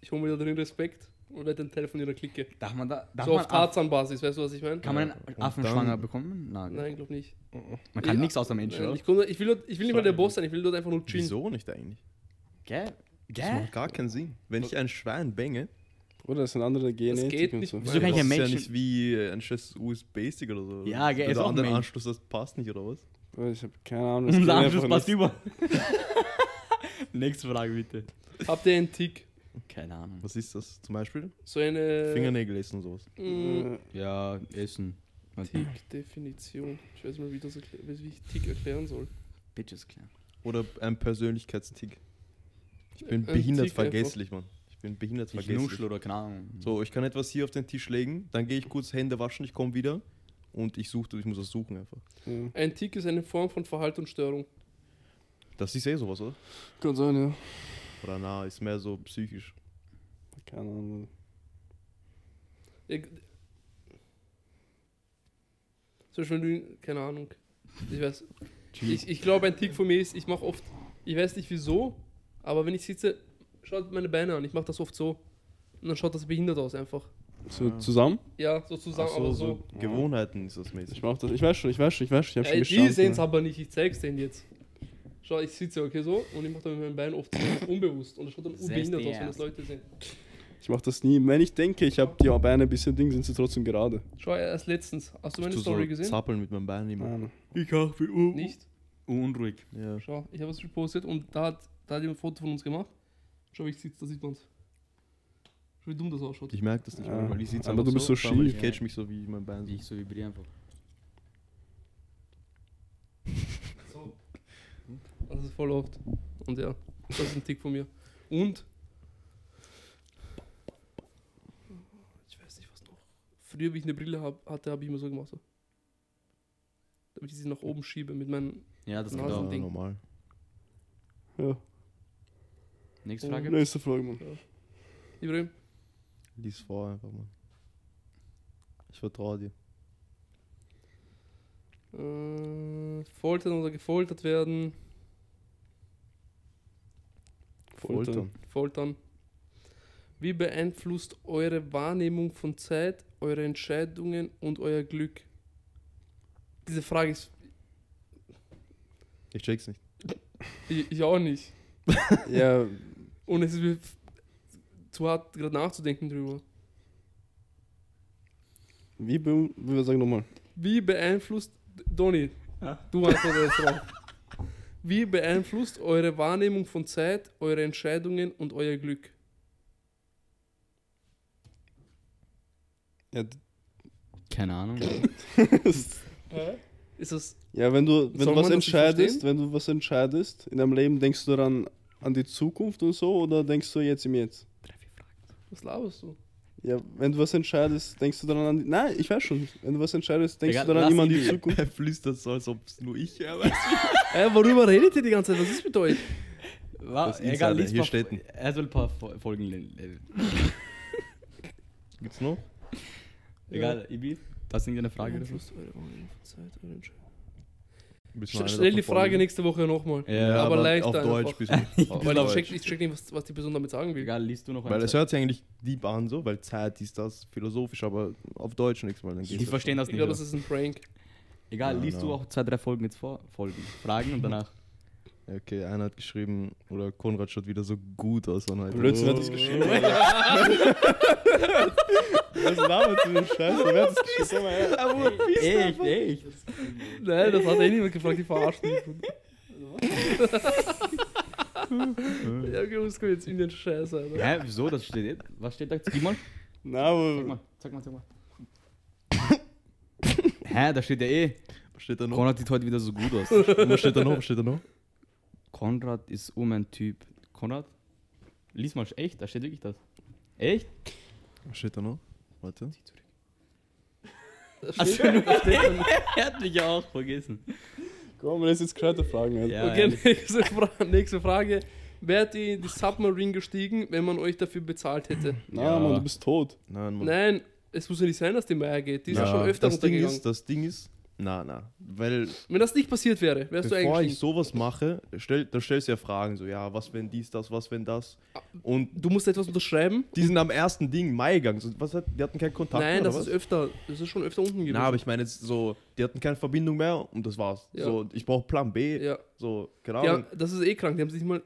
Ich hole mir da drin Respekt und werde den Teil von ihrer Clique.
Darf man da. Darf
so
man
auf Tarzan-Basis, weißt du, was ich meine?
kann man
Ja,
einen
und
Affen
dann-
schwanger bekommen? Nein.
Nein, glaube nicht.
Man kann
Ja,
nichts außer Menschen,
Nein,
oder?
ich, komm, ich, will, dort- ich will nicht mal der Boss sein, ich will dort einfach nur chillen.
Wieso nicht eigentlich?
Gell?
Das
Gell?
macht gar keinen Sinn. Wenn ich ein Schwein bänge,
Bruder, das sind andere Gene.
geht nicht.
So.
Wieso kann ich
das
ein
ist ja
Männchen-
nicht wie äh, ein scheiß USB-Stick oder so.
Ja, gell, ist
Oder
auch ein
anderen
Männchen.
Anschluss, das passt nicht oder was?
Bruder, ich habe keine Ahnung. das
Unser
geht
Anschluss
einfach
passt über. Nächste Frage, bitte.
Habt ihr einen Tick?
Keine Ahnung.
Was ist das? Zum Beispiel
So
Äh.
eine. Mm,
Fingernägel essen und sowas.
Mh,
nicht.
Ja, Essen.
Tick-Definition. Ich weiß mal, wie, das erklär, wie ich Tick erklären soll.
Bitches, klar.
Oder ein Persönlichkeitstick. Ich bin
Ein
behindert
Tick einfach.
vergesslich, Mann. Ich bin behindert
Ich
vergesslich.
nuschel oder keine Ahnung.
So, ich kann etwas hier auf den Tisch legen, dann gehe ich kurz Hände waschen, ich komme wieder und ich suche, ich muss das suchen einfach.
Ja. Ja.
Ein Tick ist eine Form von Verhaltensstörung.
Das ist eh sowas, oder?
Kann sein, ja.
Oder na, ist mehr so psychisch.
Keine Ahnung.
Ja, g- Zum Beispiel, wenn du, keine Ahnung. Ich weiß. Ich, ich glaube, ein Tick von mir ist, ich mache oft, ich weiß nicht wieso, aber wenn ich sitze, schaut meine Beine an. Ich mache das oft so. Und dann schaut das behindert aus einfach.
So, zusammen?
Ja, so zusammen,
Ach
aber so.
Gewohnheiten ist das
Ich
mäßig.
mach das. Ich weiß schon, ich weiß schon, ich weiß schon. Ich hab
Ey,
schon
die sehen
gestanden.
es aber nicht, ich zeig's denen jetzt. Schau, ich sitze okay so und ich mache dann mit meinen Beinen oft so unbewusst und das schaut dann
Sehst
unbehindert
du
aus, wenn
erst.
das Leute sehen.
Ich mach das nie. Wenn ich denke, ich habe die Beine ein bisschen Ding, sind sie trotzdem gerade.
Schau, erst letztens. Hast du meine
Tu
Story
so
gesehen? Ah.
Zappeln mit meinem Bein immer.
Nein.
Ich hab viel Uhr.
Nicht?
Unruhig.
Ja.
Schau, ich habe es gepostet und da hat, da hat jemand ein Foto von uns gemacht. Schau, wie ich sitze, da sieht man's. Schau, wie dumm das ausschaut.
Ich merke das nicht,
Ja.
Ah.
mehr, weil ich sitze
Aber
einfach
du bist so
schau mal, Ich
schief.
catch mich so wie mein Bein. So.
Also Ich so vibriere einfach.
Das ist voll oft. Und ja, das ist ein Tick von mir. Und. Ich weiß nicht, was noch. Früher, wie ich eine Brille hab, hatte, habe ich immer so gemacht. So. Damit ich sie nach oben schiebe mit meinen.
Ja, das
Na,
geht
so
auch.
ein Ding.
normal.
Ja.
Nächste
Und
Frage.
Nächste Frage, Mann.
Ibrahim,
Lies vor einfach mal. Ich vertraue dir.
äh, foltern oder gefoltert werden?
Foltern.
Foltern. Wie beeinflusst eure Wahrnehmung von Zeit, eure Entscheidungen und euer Glück? Diese Frage ist
Ich check's nicht.
ich, ich auch nicht.
Ja,
Und es ist mir f- zu hart, gerade nachzudenken drüber.
wie beim, wir sagen nochmal.
Wie beeinflusst, Donny, du antwortest drauf. Wie beeinflusst eure Wahrnehmung von Zeit, eure Entscheidungen und euer Glück?
Ja,
Keine Ahnung.
Ist das,
Ja, wenn du, wenn
Soll
du was
man das nicht
entscheidest, wenn
verstehen?
du was entscheidest in deinem Leben, denkst du daran an die Zukunft und so oder denkst du jetzt im Jetzt?
was laberst du?
Ja, wenn du was entscheidest, denkst du daran an die. Nein, ich weiß schon. Wenn du was entscheidest, denkst
Egal,
du daran
lass
immer an
ihn
die
gehen.
Zukunft.
Er flüstert so, als ob es nur ich wäre.
Äh, worüber redet ihr die ganze Zeit? Was ist mit euch?
War,
Das ist
egal,
Insider,
lies
hier
mal-
steht ein-
Er soll halt, ein paar Fo- Folgen. äh,
Gibt's noch?
Egal, Ibi, das ist irgendeine Frage. oder so?
Beeinflusst eure Wahrnehmung von Zeit, eure Entscheidungen.
Willst du
St
noch eine
stell die
davon
Frage
vorlesen?
nächste Woche nochmal.
Ja, aber,
leichter
auf
einfach.
Deutsch bisschen. Auf
Weil ich
Deutsch.
check, ich check nicht, was, was die Person damit sagen will.
Egal, liest du noch
Weil
eine
es
Zeit.
hört sich eigentlich deep an, so, weil Zeit ist das philosophisch, aber auf Deutsch nichts mal. Dann
Die
geht's das
verstehen das
Ich
nicht.
glaube,
oder?
das ist ein Prank.
Egal,
Ja,
liest du
genau.
auch zwei, drei Folgen jetzt vor? Folgen. Fragen und danach.
schon. Okay, einer hat geschrieben, oder Konrad schaut wieder so gut aus an heute. Oh.
Blödsinn hat das geschrieben. Alter. Was labert du denn Scheiße? Wer hat das geschrieben? Sag mal her.
echt, echt.
Nein, das hat eh niemand gefragt, die verarscht mich. ja, okay, was kommt jetzt in den Scheiß, Alter?
Hä, wieso? Das steht. Was steht da? Gib mal.
Na, aber.
zeig mal, zeig mal. Hä, da steht ja eh.
Was steht da noch?
Konrad sieht heute wieder so gut aus.
Was steht da noch? Was steht da noch?
Konrad ist um ein Typ. Konrad? Lies mal, echt? Da steht wirklich das. Echt?
Was steht da noch? Warte.
Das
Ach so.
steht- das steht dann-
Er hat mich ja auch vergessen.
Komm, lass jetzt gerade Fragen. Alter.
Ja,
Okay, nächste, Fra nächste Frage. Wärt ihr in die Submarine gestiegen, wenn man euch dafür bezahlt hätte?
Na,
Ja.
Mann, du bist tot.
Nein, Mann.
Nein, es muss ja nicht sein, dass die Meier geht. Die ist ja
Na,
schon öfter
das Ding
runtergegangen.
ist, das Ding ist, na, na, weil
Wenn das nicht passiert wäre, wärst du
bevor ich
eigentlich.
sowas mache, stell, da stellst du ja Fragen, so, ja, was wenn dies, das, was wenn das
Ah.
und
Du musst etwas unterschreiben?
die sind am ersten Ding Mai gegangen, so, was, hat- die hatten keinen Kontakt
Nein,
mehr,
das
oder
ist
was?
öfter. Das ist schon öfter unten gewesen.
Na, aber ich meine jetzt so, die hatten keine Verbindung mehr und das war's.
Ja.
So, ich brauche Plan B,
ja.
so, keine
ja,
Ahnung.
das ist eh krank. Die haben sich nicht mal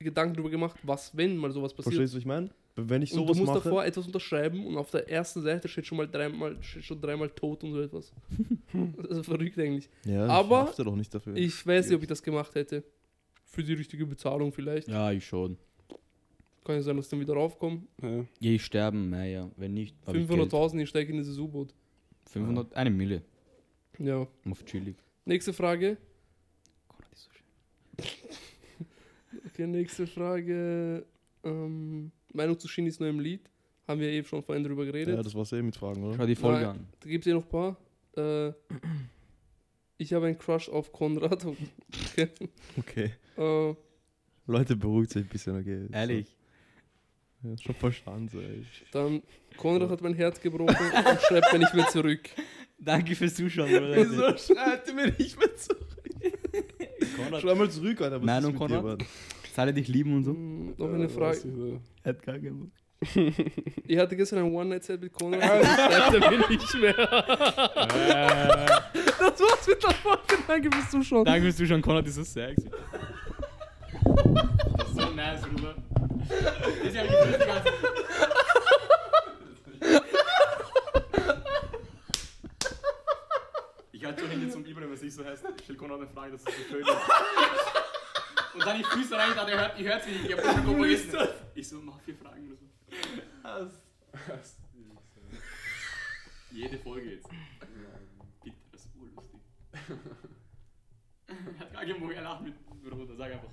Gedanken darüber gemacht, was, wenn mal sowas passiert.
Verstehst du, was ich meine? Wenn ich
und du
sowas
musst
mache,
davor etwas unterschreiben und auf der ersten Seite steht schon mal dreimal, steht schon dreimal tot und so etwas. das ist verrückt eigentlich.
ja,
aber
ich hafte doch nicht dafür.
Ich weiß nicht, ob ich das gemacht hätte. Für die richtige Bezahlung vielleicht.
Ja, ich schon.
Kann ja sein, dass dann wieder raufkommen.
Ja.
Ja, ich sterben, naja. Wenn nicht, hab ich Geld.
500.000, ich steige in dieses U-Boot.
500, eine Mille.
Ja.
Auf chillig.
Nächste Frage.
Konrad ist so schön.
Okay, nächste Frage. Ähm, Meinung zu Shin ist nur im Lied. Haben wir eben schon vorhin drüber geredet.
ja, das war's eh mit Fragen, oder?
Schau die Folge
Nein.
an.
Da gibt es eh noch ein paar. Äh, ich habe einen Crush auf Konrad. Okay.
Okay.
äh,
Leute, beruhigt sich ein bisschen, okay.
Ehrlich.
So, ja, schon verstanden, so, ey.
dann, Konrad hat mein Herz gebrochen und schreibt mir nicht mehr zurück.
Danke fürs Zuschauen, Bruder.
schreibt ihr mir nicht mehr zurück?
Konrad.
Schreib mal zurück, Alter.
Nein,
ist
und
mit
Konrad?
Mann?
Zahle dich lieben und so.
Hm, noch eine Frage.
Er hat gar keinen Bock.
Ich hatte gestern ein One-Night-Set mit Konrad. Das schreibt er mir nicht mehr. das war's mit der Folge. Danke fürs Zuschauen.
Danke fürs Zuschauen, Konrad ist so sexy. Das ist so nice, Bruder. Das ist ja wirklich die ganze Ich halte schon hin zum Ibrahim, was ich so heißt. Ich stelle Konrad eine Frage, dass es so schön ist. Und dann ich Füße rein, ich dachte, ihr hört, ihr hört sie nicht, ich hab schon Kopf vergessen. Ich so, mach vier Fragen oder so. Jede Folge jetzt. Bitte, das ist urlustig. Hat gar keinen Bock, er lacht mit Bruder, sag einfach.